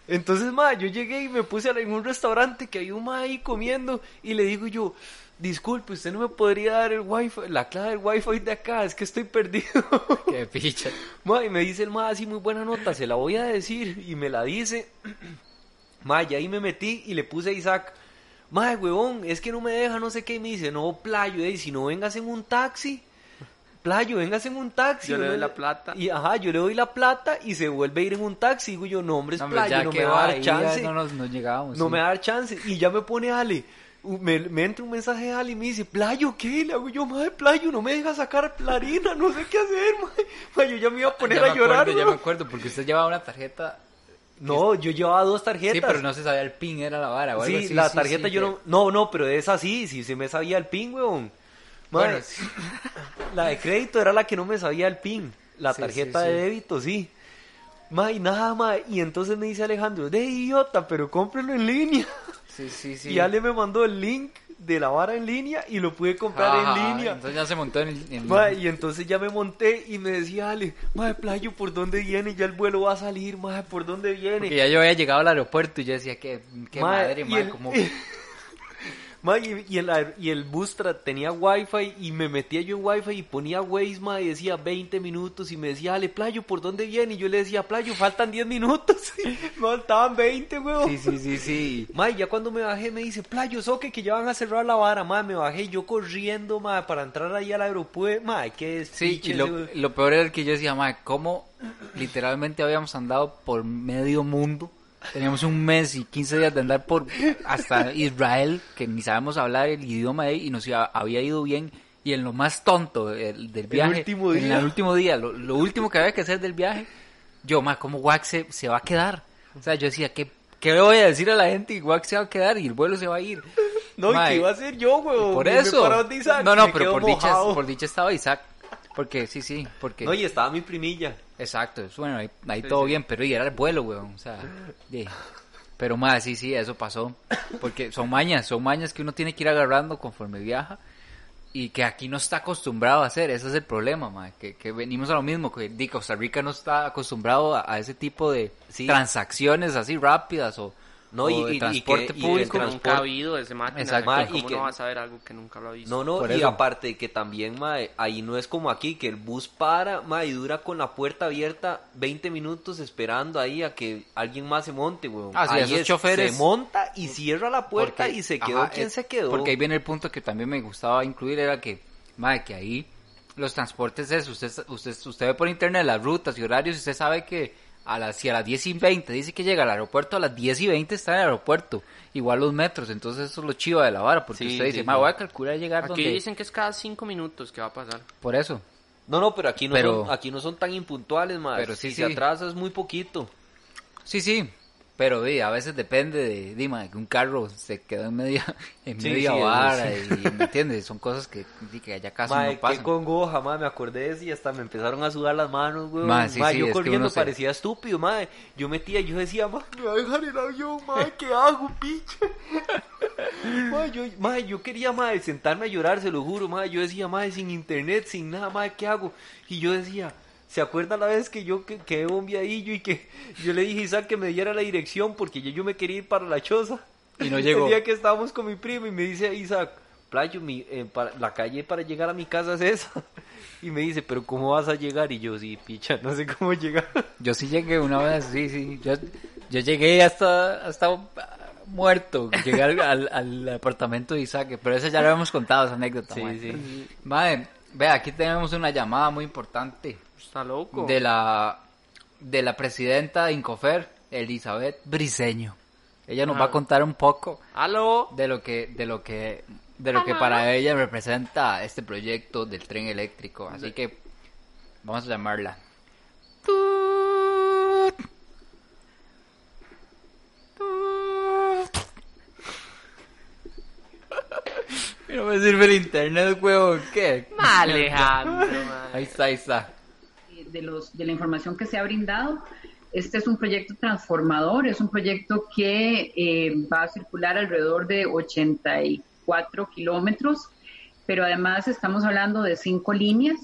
[SPEAKER 3] Entonces, mae, yo llegué y me puse a la- en un restaurante que había un mae ahí comiendo y le digo yo, disculpe, usted no me podría dar el wifi, la clave del wifi de acá, es que estoy perdido.
[SPEAKER 2] Qué picha.
[SPEAKER 3] Mae, y me dice el mae así muy buena nota, se la voy a decir y me la dice. Mae, y ahí me metí y le puse a Isaac. Mae, huevón, es que no me deja, no sé qué. Y me dice, no, playo, ey, si no vengas en un taxi. Playo, vengas en un taxi.
[SPEAKER 1] Yo le
[SPEAKER 3] ¿no?
[SPEAKER 1] doy la plata.
[SPEAKER 3] Y ajá, yo le doy la plata y se vuelve a ir en un taxi. Digo yo, no, hombre, es
[SPEAKER 2] No, hombre,
[SPEAKER 3] playo,
[SPEAKER 2] ya
[SPEAKER 3] no
[SPEAKER 2] que
[SPEAKER 3] me va a
[SPEAKER 2] ahí,
[SPEAKER 3] dar
[SPEAKER 2] ya
[SPEAKER 3] chance.
[SPEAKER 2] no nos no llegábamos.
[SPEAKER 3] No
[SPEAKER 2] sí.
[SPEAKER 3] me va a dar chance. Y ya me pone Ale. u- Me, me entra un mensaje de Ale y me dice, Playo, ¿qué? Le hago yo, madre, Playo, no me deja sacar clarina, no sé qué hacer, madre. Madre, yo ya me iba a poner
[SPEAKER 2] Ah, Ya me
[SPEAKER 3] a llorar,
[SPEAKER 2] acuerdo, ya
[SPEAKER 3] bro.
[SPEAKER 2] me acuerdo, porque usted llevaba una tarjeta.
[SPEAKER 3] No, yo llevaba dos tarjetas.
[SPEAKER 2] Sí, pero no se sabía el pin, era la vara. o algo
[SPEAKER 3] Sí,
[SPEAKER 2] así,
[SPEAKER 3] la
[SPEAKER 2] sí,
[SPEAKER 3] tarjeta
[SPEAKER 2] sí,
[SPEAKER 3] yo
[SPEAKER 2] que-
[SPEAKER 3] no... No, no, pero esa sí, sí se me sabía el pin, weón. Madre,
[SPEAKER 2] Bueno, sí.
[SPEAKER 3] La de crédito era la que no me sabía el pin. La
[SPEAKER 2] Sí,
[SPEAKER 3] tarjeta
[SPEAKER 2] sí,
[SPEAKER 3] de
[SPEAKER 2] sí.
[SPEAKER 3] débito, sí. Mae, nada, mae. Y entonces me dice Alejandro, de idiota, pero cómprelo en línea.
[SPEAKER 2] Sí, sí, sí.
[SPEAKER 3] Y Ale me mandó el link de la vara en línea y lo pude comprar
[SPEAKER 2] Ajá,
[SPEAKER 3] en línea.
[SPEAKER 2] Entonces ya se montó en el. en-
[SPEAKER 3] Mae, y entonces ya me monté y me decía Ale, mae, playo, ¿por dónde viene? Ya el vuelo va a salir, mae, ¿por dónde viene?
[SPEAKER 2] Porque ya yo había llegado al aeropuerto y yo decía, qué, qué
[SPEAKER 3] Ma,
[SPEAKER 2] madre,
[SPEAKER 3] y
[SPEAKER 2] madre,
[SPEAKER 3] el-
[SPEAKER 2] como.
[SPEAKER 3] Ma, y, y el, aer- y el bus tra- tenía wifi y me metía yo en wifi y ponía Waze, ma, y decía 20 minutos y me decía, Ale, Playo, ¿por dónde viene? Y yo le decía, Playo, faltan 10 minutos. me faltaban 20, weón.
[SPEAKER 2] Sí, sí, sí, sí.
[SPEAKER 3] Ma, y ya cuando me bajé me dice, Playo, soque, que ya van a cerrar la vara, ma, me bajé yo corriendo, ma, para entrar ahí al aeropuerto, ma, qué
[SPEAKER 2] Sí,
[SPEAKER 3] despiche
[SPEAKER 2] y
[SPEAKER 3] ese,
[SPEAKER 2] lo,
[SPEAKER 3] weón.
[SPEAKER 2] lo peor era que yo decía, madre, ¿cómo literalmente habíamos andado por medio mundo? Teníamos un mes y 15 días de andar por hasta Israel, que ni sabemos hablar el idioma de ahí, y nos iba- había ido bien. Y en lo más tonto del, del viaje,
[SPEAKER 3] último
[SPEAKER 2] en
[SPEAKER 3] día.
[SPEAKER 2] el último día, lo, lo último que había que hacer del viaje, yo, más ¿cómo Wax se, se va a quedar? O sea, yo decía, ¿qué, ¿qué voy a decir a la gente? Y Wax se va a quedar y el vuelo se va a ir.
[SPEAKER 3] No,
[SPEAKER 2] Ma,
[SPEAKER 3] ¿y qué iba a hacer yo, weón?
[SPEAKER 2] por
[SPEAKER 3] Me- me
[SPEAKER 2] eso.
[SPEAKER 3] paró de Isaac,
[SPEAKER 2] No, no,
[SPEAKER 3] me
[SPEAKER 2] pero
[SPEAKER 3] quedo
[SPEAKER 2] por dicha,
[SPEAKER 3] mojado.
[SPEAKER 2] por dicha estaba Isaac. Porque, sí, sí, porque...
[SPEAKER 3] No, y estaba mi primilla.
[SPEAKER 2] Exacto, es bueno, ahí, ahí todo bien, pero y era el vuelo, weón. O sea, de- pero más, sí, sí, eso pasó. Porque son mañas, son mañas que uno tiene que ir agarrando conforme viaja y que aquí no está acostumbrado a hacer. Ese es el problema, ma, que, que venimos a lo mismo. Que di, Costa Rica no está acostumbrado a, a ese tipo de
[SPEAKER 3] Sí.
[SPEAKER 2] rápidas, así rápidas o,
[SPEAKER 3] No,
[SPEAKER 2] o
[SPEAKER 3] y-
[SPEAKER 2] de
[SPEAKER 3] y- y
[SPEAKER 2] transporte
[SPEAKER 3] que- y que el
[SPEAKER 2] público.
[SPEAKER 1] que nunca
[SPEAKER 3] transporte.
[SPEAKER 1] ha habido ese máquina.
[SPEAKER 2] Exacto.
[SPEAKER 1] ¿Cómo
[SPEAKER 3] Ah, y que-
[SPEAKER 1] no vas a ver algo que nunca lo ha visto?
[SPEAKER 3] No, no,
[SPEAKER 2] Por
[SPEAKER 3] y
[SPEAKER 2] eso.
[SPEAKER 3] aparte de que también, mae, ahí no es como aquí, que el bus para, mae, y dura con la puerta abierta 20 minutos esperando ahí a que alguien más se monte, weón.
[SPEAKER 2] Ah, sí,
[SPEAKER 3] Ahí
[SPEAKER 2] esos choferes-
[SPEAKER 3] Se monta y cierra la puerta
[SPEAKER 2] Porque-
[SPEAKER 3] y se quedó
[SPEAKER 2] ajá,
[SPEAKER 3] quien
[SPEAKER 2] eh,
[SPEAKER 3] se quedó.
[SPEAKER 2] Porque ahí viene el punto que también me gustaba incluir, era que, madre, que ahí los transportes es, usted, usted, usted ve por internet las rutas y horarios y usted sabe que a las, si a las 10 y 20 dice que llega al aeropuerto, a las 10 y 20 está en el aeropuerto. Igual los metros, entonces eso es lo chiva de la vara, porque
[SPEAKER 1] Sí,
[SPEAKER 2] usted dice,
[SPEAKER 1] sí,
[SPEAKER 2] ma,
[SPEAKER 1] sí.
[SPEAKER 2] voy a calcular llegar
[SPEAKER 1] Aquí
[SPEAKER 2] donde...
[SPEAKER 1] dicen que es cada cinco minutos que va a pasar.
[SPEAKER 2] Por eso.
[SPEAKER 3] No, no, pero aquí no,
[SPEAKER 2] Pero-
[SPEAKER 3] son, aquí no son tan impuntuales, madre.
[SPEAKER 2] Pero sí,
[SPEAKER 3] si se
[SPEAKER 2] sí.
[SPEAKER 3] atrasa es muy poquito.
[SPEAKER 2] Sí, sí, pero di, a veces depende de, di, ma, que un carro se quedó en media, en
[SPEAKER 3] Sí,
[SPEAKER 2] media
[SPEAKER 3] sí, eso
[SPEAKER 2] vara,
[SPEAKER 3] sí.
[SPEAKER 2] y, ¿me entiendes? Son cosas que, di, que allá casi
[SPEAKER 3] Mae,
[SPEAKER 2] Ah, no
[SPEAKER 3] qué
[SPEAKER 2] pasan.
[SPEAKER 3] congoja, mae, me acordé de eso y hasta me empezaron a sudar las manos, güey.
[SPEAKER 2] Mae, sí, sí, es
[SPEAKER 3] yo
[SPEAKER 2] que
[SPEAKER 3] corriendo
[SPEAKER 2] uno se-
[SPEAKER 3] parecía estúpido, mae. Yo metía, yo decía, mae, me va a dejar el avión, mae, ¿qué hago, pinche? mae, yo, mae, yo quería, mae, sentarme a llorar, se lo juro, mae. Yo decía, mae, sin internet, sin nada, mae, ¿qué hago? Y yo decía... ¿Se acuerda la vez que yo que- quedé bombeadillo y que yo le dije a Isaac que me diera la dirección porque yo, yo me quería ir para la choza?
[SPEAKER 2] Y no llegó.
[SPEAKER 3] El día que estábamos con mi primo y me dice Isaac, Playo, mi, eh, para- la calle para llegar a mi casa es esa. Y me dice, pero ¿cómo vas a llegar? Y yo, sí, picha, no sé cómo llegar.
[SPEAKER 2] Yo sí llegué una vez, sí, sí. Yo, yo llegué hasta, hasta ah, muerto, llegué al, al, al apartamento de Isaac, pero eso ya lo hemos contado, esa anécdota.
[SPEAKER 3] Sí,
[SPEAKER 2] madre.
[SPEAKER 3] sí.
[SPEAKER 2] Madre, vea, aquí tenemos una llamada muy importante
[SPEAKER 1] Está loco.
[SPEAKER 2] de la, de la presidenta de Incofer, Elizabeth Briseño. Ella nos va
[SPEAKER 3] Ah.
[SPEAKER 2] a contar un poco
[SPEAKER 1] ¡Aló!
[SPEAKER 2] de lo que, de lo que, de lo que para ella representa este proyecto del tren eléctrico. Así que vamos a llamarla. No me sirve el internet, huevón. ¿Qué?
[SPEAKER 1] Alejandro,
[SPEAKER 2] Ahí está, ahí está.
[SPEAKER 4] eh, de, los, de la información que se ha brindado. Este es un proyecto transformador, es un proyecto que eh, va a circular alrededor de 84 kilómetros, pero además estamos hablando de cinco líneas,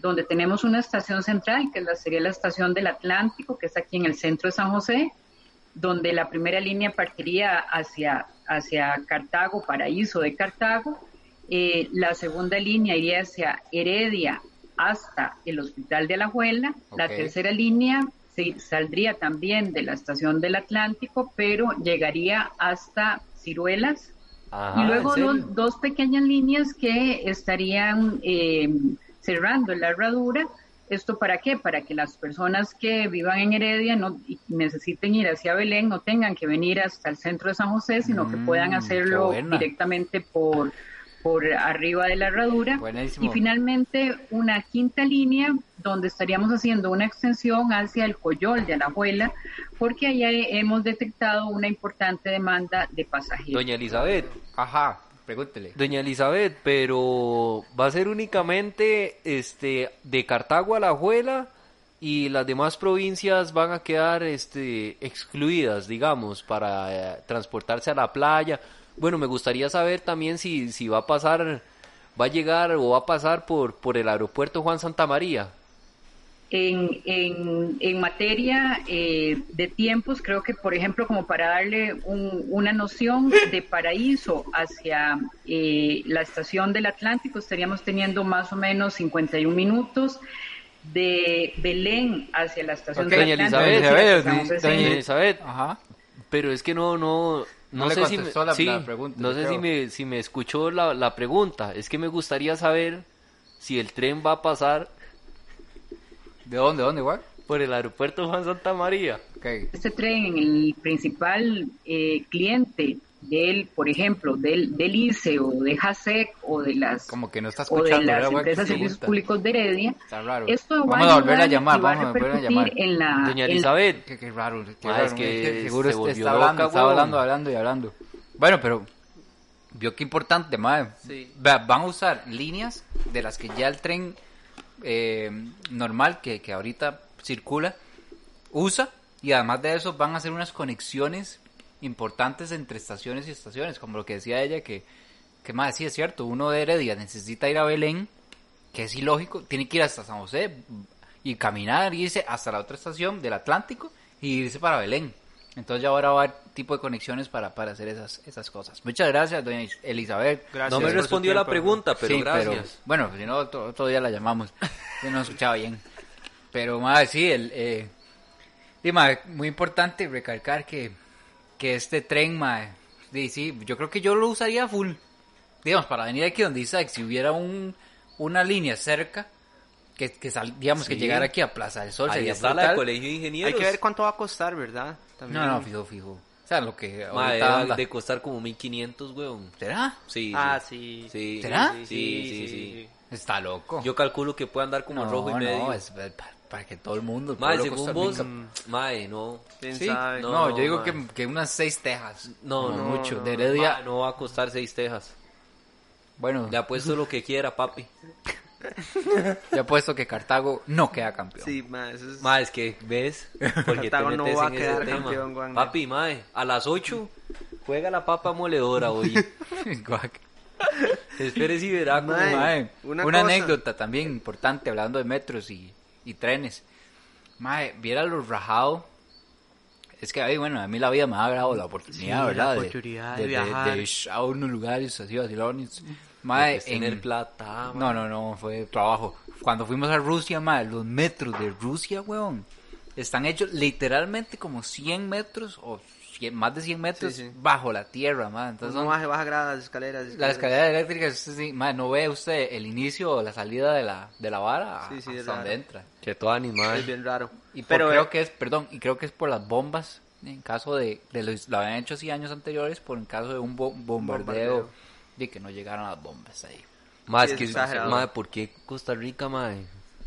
[SPEAKER 4] donde tenemos una estación central, que es la- sería la estación del Atlántico, que es aquí en el centro de San José, donde la primera línea partiría hacia, hacia Cartago, paraíso de Cartago. Eh, la segunda línea iría hacia Heredia hasta el Hospital de Alajuela. La
[SPEAKER 2] Ok.
[SPEAKER 4] tercera línea se- saldría también de la estación del Atlántico, pero llegaría hasta Ciruelas.
[SPEAKER 3] Ajá,
[SPEAKER 2] Ah,
[SPEAKER 4] y luego
[SPEAKER 3] ¿en serio?
[SPEAKER 4] dos, dos pequeñas líneas que estarían eh, cerrando la herradura. ¿Esto para qué? Para que las personas que vivan en Heredia no y necesiten ir hacia Belén, no tengan que venir hasta el centro de San José, sino que
[SPEAKER 2] Mm,
[SPEAKER 4] puedan
[SPEAKER 2] qué
[SPEAKER 4] hacerlo
[SPEAKER 2] buena.
[SPEAKER 4] directamente por, por arriba de la herradura.
[SPEAKER 2] Buenísimo.
[SPEAKER 4] Y finalmente una quinta línea donde estaríamos haciendo una extensión hacia el Coyol de Alajuela, porque allá he- hemos detectado una importante demanda de pasajeros.
[SPEAKER 3] Doña Elizabeth,
[SPEAKER 2] Ajá, pregúntele.
[SPEAKER 3] doña Elizabeth, pero va a ser únicamente este de Cartago a la Juela y las demás provincias van a quedar este excluidas, digamos, para eh, transportarse a la playa. Bueno, me gustaría saber también si, si va a pasar, va a llegar o va a pasar por, por el aeropuerto Juan Santa María.
[SPEAKER 4] En, en, en materia eh, de tiempos, creo que, por ejemplo, como para darle un- una noción de paraíso hacia eh, la estación del Atlántico, estaríamos teniendo más o menos 51 minutos. De Belén hacia la estación
[SPEAKER 2] Ok,
[SPEAKER 4] del
[SPEAKER 3] doña
[SPEAKER 4] Atlántico.
[SPEAKER 3] Elizabeth,
[SPEAKER 4] que
[SPEAKER 2] Elizabeth,
[SPEAKER 4] estamos
[SPEAKER 2] doña-
[SPEAKER 4] haciendo-
[SPEAKER 3] Doña Elizabeth,
[SPEAKER 2] Ajá.
[SPEAKER 3] Pero es que no, no,
[SPEAKER 2] No
[SPEAKER 3] no,
[SPEAKER 2] le
[SPEAKER 3] sé si me,
[SPEAKER 2] contestó la-
[SPEAKER 3] sí,
[SPEAKER 2] la pregunta,
[SPEAKER 3] no
[SPEAKER 2] yo
[SPEAKER 3] sé
[SPEAKER 2] creo.
[SPEAKER 3] si me, si me escuchó la, la pregunta. Es que me gustaría saber si el tren va a pasar
[SPEAKER 2] ¿De dónde, dónde, igual?
[SPEAKER 3] por el aeropuerto Juan Santa María.
[SPEAKER 2] Ok.
[SPEAKER 4] este tren, el principal eh, cliente del, por ejemplo, del, del ICE o de JASEC o de las,
[SPEAKER 2] Como que no está
[SPEAKER 4] o
[SPEAKER 2] escuchando,
[SPEAKER 4] de las
[SPEAKER 2] ¿verdad, güey?
[SPEAKER 4] empresas de
[SPEAKER 2] Sí,
[SPEAKER 4] servicios
[SPEAKER 2] está.
[SPEAKER 4] públicos de Heredia,
[SPEAKER 2] Está raro.
[SPEAKER 4] esto va
[SPEAKER 2] Vamos a volver a
[SPEAKER 4] ayudar y
[SPEAKER 2] llamar,
[SPEAKER 4] va
[SPEAKER 2] vamos a volver a
[SPEAKER 4] repercutir
[SPEAKER 2] llamar.
[SPEAKER 4] En la,
[SPEAKER 3] Doña
[SPEAKER 4] en-
[SPEAKER 3] Elizabeth,
[SPEAKER 2] Qué, qué raro, qué
[SPEAKER 3] Ah,
[SPEAKER 2] raro,
[SPEAKER 3] es que
[SPEAKER 2] es que seguro
[SPEAKER 3] se
[SPEAKER 2] este-
[SPEAKER 3] volvió
[SPEAKER 2] está hablando,
[SPEAKER 3] loca,
[SPEAKER 2] está
[SPEAKER 3] huevón.
[SPEAKER 2] hablando, hablando y hablando. Bueno, pero vio qué importante, madre.
[SPEAKER 1] Sí.
[SPEAKER 2] Va- Van a usar líneas de las que ya el tren eh, normal que, que ahorita circula usa y además de eso van a hacer unas conexiones importantes entre estaciones y estaciones, como lo que decía ella que que más sí es cierto, uno de Heredia necesita ir a Belén, que es ilógico, tiene que ir hasta San José y caminar, irse hasta la otra estación del Atlántico y irse para Belén. Entonces ya ahora va a haber tipo de conexiones para, para hacer esas, esas cosas. Muchas gracias, doña Is- Elizabeth.
[SPEAKER 1] Gracias.
[SPEAKER 3] no me
[SPEAKER 1] por su
[SPEAKER 3] respondió la
[SPEAKER 1] tiempo.
[SPEAKER 3] pregunta, pero
[SPEAKER 2] Sí,
[SPEAKER 3] gracias.
[SPEAKER 2] bueno, pues, si no, otro, otro día la llamamos. Yo no escuchaba bien. Pero, más sí, el, eh, sí, mae, muy importante recalcar que, que este tren, mae, sí, sí, yo creo que yo lo usaría full. Digamos, para venir aquí donde Isaac, si hubiera un, una línea cerca que, que sal- digamos que
[SPEAKER 3] Sí.
[SPEAKER 2] llegara aquí a Plaza del Sol.
[SPEAKER 3] Ahí
[SPEAKER 2] sería
[SPEAKER 3] está la
[SPEAKER 2] brutal.
[SPEAKER 3] de Colegio de Ingenieros.
[SPEAKER 1] Hay que ver cuánto va a costar, ¿verdad?
[SPEAKER 2] No, no, fijo, fijo. O sea, lo que
[SPEAKER 3] Ma,
[SPEAKER 2] ahorita
[SPEAKER 3] debe
[SPEAKER 2] anda.
[SPEAKER 3] de costar como 1500, weón.
[SPEAKER 2] ¿Será?
[SPEAKER 3] Sí.
[SPEAKER 1] Ah,
[SPEAKER 3] sí.
[SPEAKER 1] sí.
[SPEAKER 3] Sí.
[SPEAKER 2] ¿Será?
[SPEAKER 3] Sí, sí, sí.
[SPEAKER 2] Está loco.
[SPEAKER 3] Yo calculo que puede andar como
[SPEAKER 2] no,
[SPEAKER 3] al rojo y medio.
[SPEAKER 2] no, es pa- para, que todo el mundo. el
[SPEAKER 3] Mae,
[SPEAKER 2] pueblo
[SPEAKER 3] según vos,
[SPEAKER 2] costarricense-
[SPEAKER 3] mae, no.
[SPEAKER 1] ¿Quién
[SPEAKER 2] Sí.
[SPEAKER 1] sabe?
[SPEAKER 2] No,
[SPEAKER 3] No,
[SPEAKER 2] yo digo
[SPEAKER 3] mae.
[SPEAKER 2] que, que unas seis tejas.
[SPEAKER 3] No,
[SPEAKER 2] Como
[SPEAKER 3] no,
[SPEAKER 2] mucho.
[SPEAKER 1] no,
[SPEAKER 2] de
[SPEAKER 1] no.
[SPEAKER 2] Heredia.
[SPEAKER 3] Mae, no va a costar seis tejas.
[SPEAKER 2] Bueno,
[SPEAKER 3] Le apuesto lo que quiera, papi.
[SPEAKER 2] ya puesto que Cartago no queda campeón.
[SPEAKER 1] Sí, ma, eso es...
[SPEAKER 3] Mae, es que, ¿ves? Porque te
[SPEAKER 1] Cartago no
[SPEAKER 3] metes
[SPEAKER 1] va a
[SPEAKER 3] en ese
[SPEAKER 1] quedar
[SPEAKER 3] tema.
[SPEAKER 1] campeón, Juan.
[SPEAKER 3] Papi, mae, a las 8 juega la papa moledora hoy.
[SPEAKER 2] Guac.
[SPEAKER 3] Espere si verá cómo-
[SPEAKER 1] Mae.
[SPEAKER 2] Ah, Mae,
[SPEAKER 1] una
[SPEAKER 2] una
[SPEAKER 1] cosa.
[SPEAKER 2] anécdota también importante hablando de metros y, y trenes. Mae, viera lo rajado. Es que, ay, bueno, a mí la vida me ha dado la oportunidad,
[SPEAKER 1] Sí,
[SPEAKER 2] ¿verdad?
[SPEAKER 1] la
[SPEAKER 2] De-
[SPEAKER 1] oportunidad de
[SPEAKER 2] de,
[SPEAKER 1] viajar.
[SPEAKER 2] de ir a unos lugares, a ciudades,
[SPEAKER 3] Mae,
[SPEAKER 2] Mae,
[SPEAKER 3] es
[SPEAKER 2] en
[SPEAKER 3] tener plata, mae.
[SPEAKER 2] No, no, no, fue trabajo. Cuando fuimos a Rusia, mae, los metros de Rusia, weón, están hechos literalmente como 100 metros o 100 más de 100 metros
[SPEAKER 1] Sí, sí.
[SPEAKER 2] bajo la tierra, mae. Entonces,
[SPEAKER 1] no
[SPEAKER 2] son-
[SPEAKER 1] baja, baja gradas, escaleras,
[SPEAKER 2] la
[SPEAKER 1] escaleras.
[SPEAKER 2] escalera eléctrica, usted sí, mae, no ve usted el inicio o la salida de la, de la vara
[SPEAKER 1] Sí, sí, es
[SPEAKER 2] hasta donde
[SPEAKER 1] raro.
[SPEAKER 2] entra.
[SPEAKER 3] Que todo animal.
[SPEAKER 1] Es bien raro.
[SPEAKER 2] Y por-
[SPEAKER 1] pero,
[SPEAKER 2] creo
[SPEAKER 1] eh,
[SPEAKER 2] que es, perdón, y creo que es por las bombas, en caso de, de los- lo habían hecho así años anteriores, por en caso de un bo- bombardeo,
[SPEAKER 1] bombardeo.
[SPEAKER 2] de que no llegaron las bombas ahí.
[SPEAKER 3] Más
[SPEAKER 1] Sí, es
[SPEAKER 3] que,
[SPEAKER 1] exagerado.
[SPEAKER 3] mae, ¿por qué Costa Rica, mae?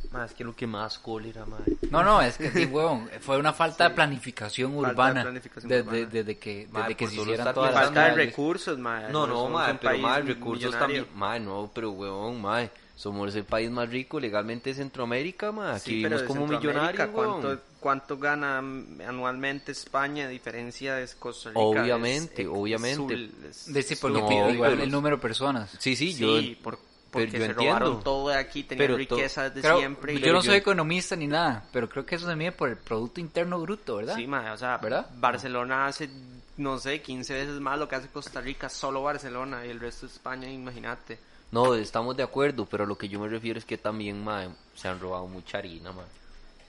[SPEAKER 3] Más que lo que más cólera, mae.
[SPEAKER 2] No, no, es que sí, huevón, fue una falta de planificación
[SPEAKER 1] de
[SPEAKER 2] urbana.
[SPEAKER 1] planificación
[SPEAKER 2] desde,
[SPEAKER 1] urbana.
[SPEAKER 2] desde que,
[SPEAKER 3] Ma,
[SPEAKER 2] desde que
[SPEAKER 3] por
[SPEAKER 2] se
[SPEAKER 3] solo
[SPEAKER 2] hicieran
[SPEAKER 3] estar
[SPEAKER 2] todas las
[SPEAKER 1] falta de
[SPEAKER 2] calles.
[SPEAKER 1] recursos, ma.
[SPEAKER 3] No, no,
[SPEAKER 1] somos
[SPEAKER 3] mae,
[SPEAKER 1] un
[SPEAKER 3] pero
[SPEAKER 1] país
[SPEAKER 3] mae, recursos
[SPEAKER 1] millonario.
[SPEAKER 3] también. Mae, no, pero weón, mae. Somos el país más rico legalmente de Centroamérica, mae. Aquí
[SPEAKER 1] Sí, pero
[SPEAKER 3] vivimos
[SPEAKER 1] de
[SPEAKER 3] como
[SPEAKER 1] Centroamérica,
[SPEAKER 3] millonarios, weón.
[SPEAKER 1] ¿cuánto, ¿Cuánto gana anualmente España a diferencia de Costa Rica?
[SPEAKER 3] Obviamente,
[SPEAKER 1] Es- es-
[SPEAKER 3] obviamente.
[SPEAKER 1] es- es-
[SPEAKER 2] Decir, por lo
[SPEAKER 3] No,
[SPEAKER 2] que- igual
[SPEAKER 3] pero-
[SPEAKER 2] el número de personas.
[SPEAKER 3] Sí, sí,
[SPEAKER 1] Sí,
[SPEAKER 3] yo.
[SPEAKER 1] por-
[SPEAKER 3] pero
[SPEAKER 1] porque
[SPEAKER 3] yo
[SPEAKER 1] se
[SPEAKER 3] entiendo.
[SPEAKER 1] robaron todo de aquí, tenían
[SPEAKER 3] Pero to-
[SPEAKER 1] riqueza desde
[SPEAKER 2] Creo-
[SPEAKER 1] siempre. y-
[SPEAKER 2] yo no soy
[SPEAKER 3] yo-
[SPEAKER 2] economista ni nada, pero creo que eso se mide por el Producto Interno Bruto, ¿verdad?
[SPEAKER 1] Sí, ma, o sea,
[SPEAKER 2] ¿Verdad?
[SPEAKER 1] Barcelona hace, no sé, 15 veces más lo que hace Costa Rica, solo Barcelona y el resto de España, imagínate.
[SPEAKER 3] No, estamos de acuerdo, pero a lo que yo me refiero es que también, mae, se han robado mucha harina, mae.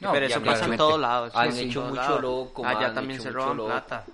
[SPEAKER 2] No,
[SPEAKER 1] pero eso pasa en
[SPEAKER 2] claramente.
[SPEAKER 1] todos lados.
[SPEAKER 3] Han
[SPEAKER 1] sí, en
[SPEAKER 3] hecho
[SPEAKER 1] todos
[SPEAKER 3] mucho
[SPEAKER 1] lados.
[SPEAKER 3] loco, mae,
[SPEAKER 1] Allá
[SPEAKER 3] han
[SPEAKER 1] también se
[SPEAKER 3] hecho mucho
[SPEAKER 1] roban
[SPEAKER 3] loco.
[SPEAKER 1] plata.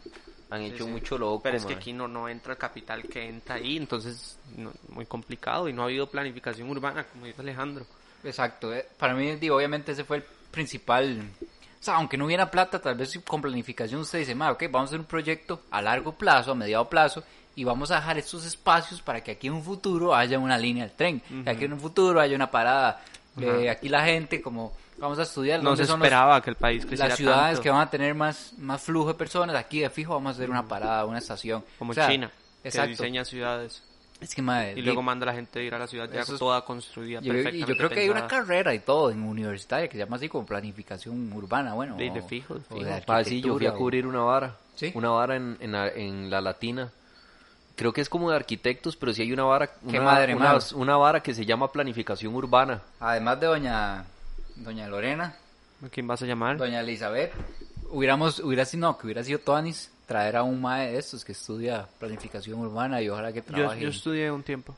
[SPEAKER 3] Han hecho
[SPEAKER 1] sí.
[SPEAKER 3] mucho loco,
[SPEAKER 1] Pero es que
[SPEAKER 3] mae.
[SPEAKER 1] aquí no, no entra el capital que entra ahí, entonces no- muy complicado y no ha habido planificación urbana, como dice Alejandro.
[SPEAKER 2] Exacto. eh, Para mí, di, obviamente, ese fue el principal. O sea, aunque no hubiera plata, tal vez si con planificación usted dice, "Ma, ok, vamos a hacer un proyecto a largo plazo, a mediado plazo, y vamos a dejar estos espacios para que aquí en un futuro haya una línea del tren, que aquí en un futuro haya una parada. Eh, aquí la gente, como vamos a estudiar,
[SPEAKER 1] No
[SPEAKER 2] dónde
[SPEAKER 1] se
[SPEAKER 2] son los-
[SPEAKER 1] esperaba que el país creciera
[SPEAKER 2] las ciudades
[SPEAKER 1] tanto.
[SPEAKER 2] que van a tener más, más flujo de personas, aquí de fijo vamos a hacer una parada, una estación.
[SPEAKER 1] Como
[SPEAKER 2] O sea,
[SPEAKER 1] China, que
[SPEAKER 2] Exacto.
[SPEAKER 1] diseña ciudades
[SPEAKER 2] Es que, madre,
[SPEAKER 1] y luego
[SPEAKER 2] di-
[SPEAKER 1] manda a la gente a ir a la ciudad ya
[SPEAKER 2] Eso es-
[SPEAKER 1] toda construida.
[SPEAKER 2] yo, y yo creo que hay una
[SPEAKER 1] perfectamente
[SPEAKER 2] carrera y todo en universitaria que se llama así como planificación urbana, bueno.
[SPEAKER 1] Sí, de
[SPEAKER 2] o-
[SPEAKER 1] fijo, de
[SPEAKER 2] o
[SPEAKER 1] fijo.
[SPEAKER 3] Ah, sí, yo fui
[SPEAKER 2] arquitectura,
[SPEAKER 3] a
[SPEAKER 2] o-
[SPEAKER 3] cubrir una vara.
[SPEAKER 2] Sí.
[SPEAKER 3] Una vara en, en la, en la latina. Creo que es como de arquitectos, pero sí hay una vara.
[SPEAKER 2] Qué
[SPEAKER 3] una-
[SPEAKER 2] madre,
[SPEAKER 3] una,
[SPEAKER 2] madre.
[SPEAKER 3] una vara que se llama planificación urbana.
[SPEAKER 2] Además de doña, doña Lorena,
[SPEAKER 1] pensada. ¿A quién vas a llamar?
[SPEAKER 2] doña Elizabeth, hubiéramos, hubiera sido, no, que hubiera sido Toanis traer a un mae de estos que estudia planificación urbana y ojalá que
[SPEAKER 1] Yo,
[SPEAKER 2] trabaje.
[SPEAKER 1] yo estudié un tiempo.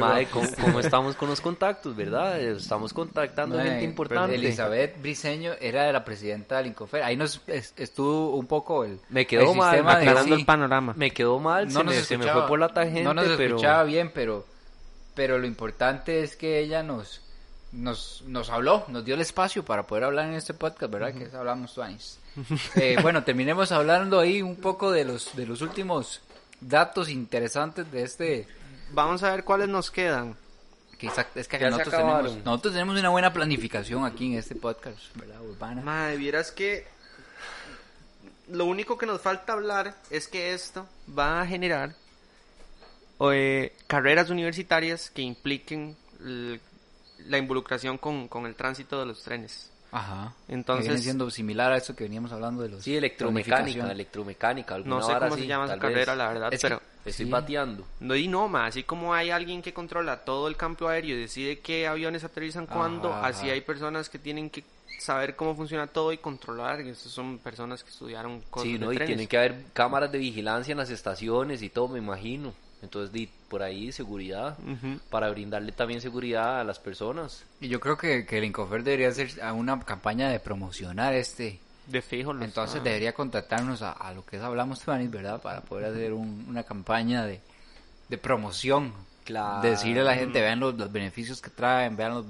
[SPEAKER 3] Madre, ¿cómo, cómo estamos con los contactos, verdad? Estamos contactando
[SPEAKER 2] Mae,
[SPEAKER 3] gente importante.
[SPEAKER 2] Elizabeth Briseño era de la presidenta del Incofer. Ahí nos es- estuvo un poco el.
[SPEAKER 3] Me quedó
[SPEAKER 2] el
[SPEAKER 3] mal,
[SPEAKER 2] sistema de-
[SPEAKER 1] aclarando
[SPEAKER 2] sí.
[SPEAKER 1] el panorama.
[SPEAKER 3] Me quedó mal,
[SPEAKER 2] No
[SPEAKER 3] se,
[SPEAKER 2] nos
[SPEAKER 3] me, se me
[SPEAKER 2] escuchaba-
[SPEAKER 3] fue por la tangente,
[SPEAKER 2] no nos
[SPEAKER 3] pero...
[SPEAKER 2] escuchaba bien, pero, pero lo importante es que ella nos, nos, nos habló, nos dio el espacio para poder hablar en este podcast, ¿verdad? Que es hablamos Twice. Eh, bueno, terminemos hablando ahí un poco de los, de los últimos datos interesantes de este.
[SPEAKER 1] Vamos a ver cuáles nos quedan.
[SPEAKER 2] Que exact- es que
[SPEAKER 3] Ya se
[SPEAKER 2] nosotros
[SPEAKER 3] acabaron.
[SPEAKER 2] tenemos, nosotros tenemos una buena planificación aquí en este podcast, ¿verdad? Urbana.
[SPEAKER 1] Madre, vieras que lo único que nos falta hablar es que esto va a generar eh, carreras universitarias que impliquen l- la involucración con, con el tránsito de los trenes.
[SPEAKER 2] Ajá.
[SPEAKER 1] Entonces-
[SPEAKER 2] Que viene siendo similar a eso que veníamos hablando de los.
[SPEAKER 3] Sí, electromecánica,
[SPEAKER 2] planificación.
[SPEAKER 3] electromecánica, alguna
[SPEAKER 1] No sé
[SPEAKER 3] vara
[SPEAKER 1] cómo se
[SPEAKER 3] así,
[SPEAKER 1] llama esa
[SPEAKER 3] tal
[SPEAKER 1] carrera,
[SPEAKER 3] vez.
[SPEAKER 1] la verdad,
[SPEAKER 2] Es que-
[SPEAKER 1] pero...
[SPEAKER 3] Estoy
[SPEAKER 2] Sí.
[SPEAKER 3] pateando.
[SPEAKER 1] No, y no, ma, así como hay alguien que controla todo el campo aéreo y decide qué aviones aterrizan cuándo,
[SPEAKER 2] Ajá.
[SPEAKER 1] así hay personas que tienen que saber cómo funciona todo y controlar, y estas son personas que estudiaron cosas
[SPEAKER 3] Sí,
[SPEAKER 1] de
[SPEAKER 3] ¿no? Y
[SPEAKER 1] trenes.
[SPEAKER 3] tienen que haber cámaras de vigilancia en las estaciones y todo, me imagino. Entonces, di, por ahí seguridad,
[SPEAKER 1] Ujú.
[SPEAKER 3] para brindarle también seguridad a las personas.
[SPEAKER 2] Y yo creo que, que el Incofer debería hacer a una campaña de promocionar este.
[SPEAKER 1] De fijo, los-
[SPEAKER 2] Entonces
[SPEAKER 1] ah.
[SPEAKER 2] debería contactarnos a, a lo que es Hablamos Tuanis, ¿verdad? Para poder hacer un- una campaña de, de promoción.
[SPEAKER 3] Claro.
[SPEAKER 2] Decirle a la gente, vean los, los beneficios que traen, vean los-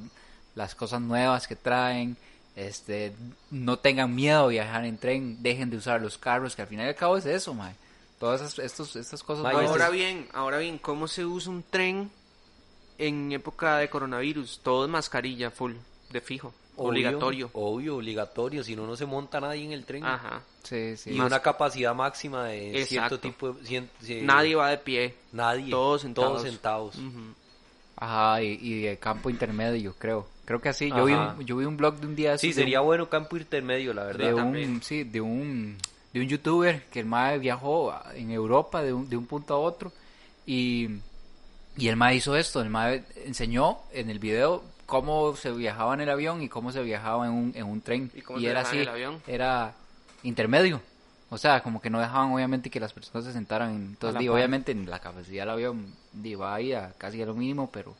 [SPEAKER 2] las cosas nuevas que traen, este, no tengan miedo a viajar en tren, dejen de usar los carros, que al final y al cabo es eso, mae. Todas esas, estos, estas cosas
[SPEAKER 3] Mae,
[SPEAKER 2] nuevas.
[SPEAKER 1] Ahora bien, ahora bien, ¿cómo se usa un tren en época de coronavirus? Todo es mascarilla full, de fijo,
[SPEAKER 3] Obvio,
[SPEAKER 1] obligatorio.
[SPEAKER 3] Obvio, obligatorio, si no, no se monta nadie en el tren.
[SPEAKER 1] Ajá.
[SPEAKER 2] Sí, sí.
[SPEAKER 3] Y
[SPEAKER 2] Más-
[SPEAKER 3] una capacidad máxima de
[SPEAKER 1] Exacto.
[SPEAKER 3] cierto tipo de... cien- cien-
[SPEAKER 1] Nadie va de pie.
[SPEAKER 3] Nadie.
[SPEAKER 1] Todos sentados.
[SPEAKER 3] Todos sentados.
[SPEAKER 1] Ujú.
[SPEAKER 2] Ajá, y, y de campo intermedio, creo. Creo que así. Yo vi,
[SPEAKER 3] Ajá.
[SPEAKER 2] un, yo vi un blog de un día así
[SPEAKER 3] Sí,
[SPEAKER 2] de
[SPEAKER 3] sería
[SPEAKER 2] un-
[SPEAKER 3] bueno campo intermedio, la verdad.
[SPEAKER 2] de un,
[SPEAKER 1] también.
[SPEAKER 2] sí, de un de un youtuber que el mae viajó a- en Europa de un, de un punto a otro y, y el mae hizo esto, el mae enseñó en el video cómo se viajaba en el avión y cómo se viajaba en un, en un tren
[SPEAKER 1] ¿Y cómo
[SPEAKER 2] y
[SPEAKER 1] se
[SPEAKER 2] era
[SPEAKER 1] viajaba
[SPEAKER 2] así,
[SPEAKER 1] en el avión?
[SPEAKER 2] era intermedio. O sea, como que no dejaban obviamente que las personas se sentaran.
[SPEAKER 1] A
[SPEAKER 2] Entonces,
[SPEAKER 1] la
[SPEAKER 2] di,
[SPEAKER 1] par.
[SPEAKER 2] obviamente en la capacidad del avión di, va ahí a casi a lo mínimo, pero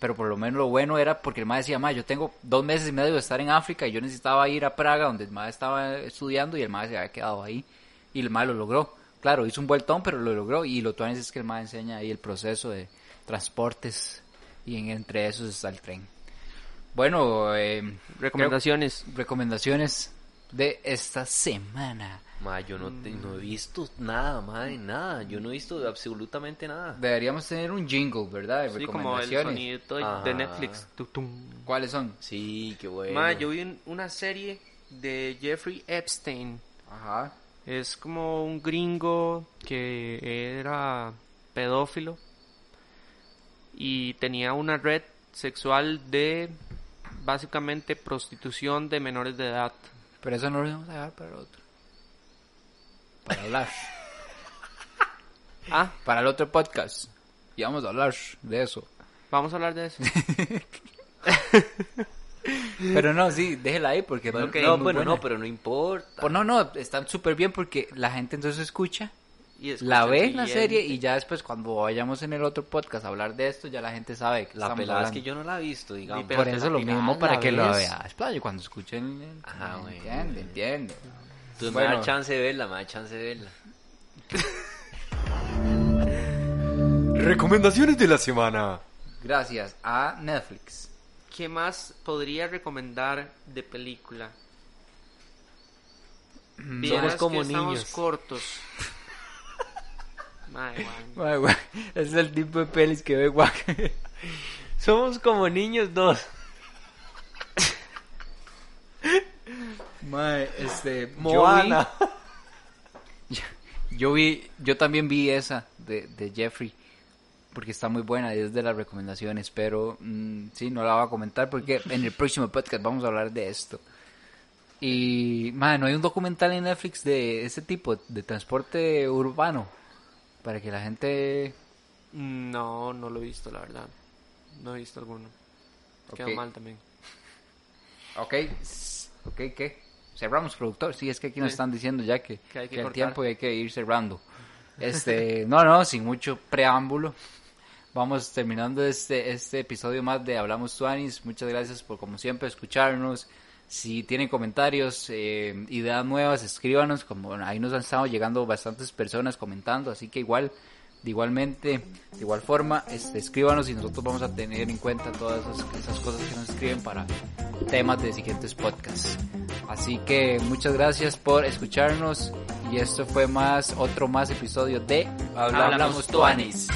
[SPEAKER 2] pero por lo menos lo bueno era porque el mae decía, mae, yo tengo dos meses y medio de estar en África y yo necesitaba ir a Praga donde el mae estaba estudiando y el mae se había quedado ahí y el mae lo logró. Claro, hizo un vueltón, pero lo logró y lo tuanes es que el mae enseña ahí el proceso de transportes y en- entre esos está el tren. Bueno, eh,
[SPEAKER 1] Recomendaciones.
[SPEAKER 2] creo- recomendaciones de esta semana.
[SPEAKER 3] Ma, yo no, te- no he visto nada, madre, nada. Yo no he visto absolutamente nada.
[SPEAKER 2] Deberíamos tener un jingle, ¿verdad? De
[SPEAKER 1] Sí, como el
[SPEAKER 2] recomendaciones.
[SPEAKER 1] sonido de,
[SPEAKER 3] Ajá.
[SPEAKER 1] de Netflix. Tu, tum.
[SPEAKER 2] ¿Cuáles son?
[SPEAKER 3] Sí, qué bueno.
[SPEAKER 1] Ma, yo vi un- una serie de Jeffrey Epstein.
[SPEAKER 2] Ajá.
[SPEAKER 1] Es como un gringo que era pedófilo y tenía una red sexual de básicamente prostitución de menores de edad.
[SPEAKER 2] Pero eso no lo vamos a dejar para el otro. Para hablar.
[SPEAKER 1] Ah,
[SPEAKER 2] para el otro podcast. Y vamos a hablar de eso.
[SPEAKER 1] vamos a hablar de eso.
[SPEAKER 2] Pero no, sí, déjela ahí porque
[SPEAKER 3] Bueno,
[SPEAKER 2] no- no,
[SPEAKER 3] no,
[SPEAKER 2] muy
[SPEAKER 3] bueno,
[SPEAKER 2] buena.
[SPEAKER 3] no, pero no importa.
[SPEAKER 2] Pues no, no, está súper bien porque la gente entonces escucha,
[SPEAKER 1] Y escucha
[SPEAKER 2] la
[SPEAKER 1] el
[SPEAKER 2] ve la
[SPEAKER 1] siguiente.
[SPEAKER 2] serie y ya después cuando vayamos en el otro podcast a hablar de esto, ya la gente sabe que
[SPEAKER 3] La
[SPEAKER 2] estamos
[SPEAKER 3] pelada es
[SPEAKER 2] hablando.
[SPEAKER 3] que yo no la he visto, digamos.
[SPEAKER 1] Ni pe- pero
[SPEAKER 2] Por
[SPEAKER 1] te
[SPEAKER 2] eso
[SPEAKER 1] la
[SPEAKER 2] lo
[SPEAKER 1] tiran
[SPEAKER 2] mismo
[SPEAKER 1] a
[SPEAKER 2] para
[SPEAKER 1] la
[SPEAKER 2] que lo
[SPEAKER 1] vez.
[SPEAKER 2] veas. Claro, y cuando escuchen, eh,
[SPEAKER 3] Ajá, güey.
[SPEAKER 2] entiende, entiende.
[SPEAKER 3] Entonces me da
[SPEAKER 2] Bueno,
[SPEAKER 3] chance de verla, me da chance de verla.
[SPEAKER 5] Recomendaciones de la semana.
[SPEAKER 2] gracias a Netflix.
[SPEAKER 1] ¿Qué más podría recomendar de película? Vieras que
[SPEAKER 3] Mm. como niños.
[SPEAKER 1] Estamos cortos. Mae, guay.
[SPEAKER 2] Ay, güey, es el tipo de pelis que ve guac.
[SPEAKER 3] Somos como niños dos.
[SPEAKER 2] Mae, este,
[SPEAKER 3] Moana.
[SPEAKER 2] Yo vi, yo vi- yo también vi esa de, de Jeffrey, porque está muy buena y es de las recomendaciones, pero mm, sí, no la voy a comentar porque en el próximo podcast vamos a hablar de esto. Y, mae, no hay un documental en Netflix de ese tipo, de transporte urbano, para que la gente...
[SPEAKER 1] No, no lo he visto, la verdad. No he visto alguno. Quedó
[SPEAKER 2] Ok.
[SPEAKER 1] mal también.
[SPEAKER 2] Ok, s- ok, ¿qué? Cerramos, productor. Sí, es que aquí nos están diciendo ya que,
[SPEAKER 1] Que hay que
[SPEAKER 2] que el
[SPEAKER 1] cortar.
[SPEAKER 2] tiempo y hay que ir cerrando. Este, no, no, sin mucho preámbulo. Vamos terminando este, este episodio más de Hablamos Tuanis. Muchas gracias por, como siempre, escucharnos. Si tienen comentarios, eh, ideas nuevas, escríbanos. Como ahí nos han estado llegando bastantes personas comentando, así que igual, de igualmente, de igual forma, este, escríbanos y nosotros vamos a tener en cuenta todas esas, esas cosas que nos escriben para temas de siguientes podcasts. Así que muchas gracias por escucharnos y esto fue más otro más episodio de
[SPEAKER 3] Hablamos Tuanis.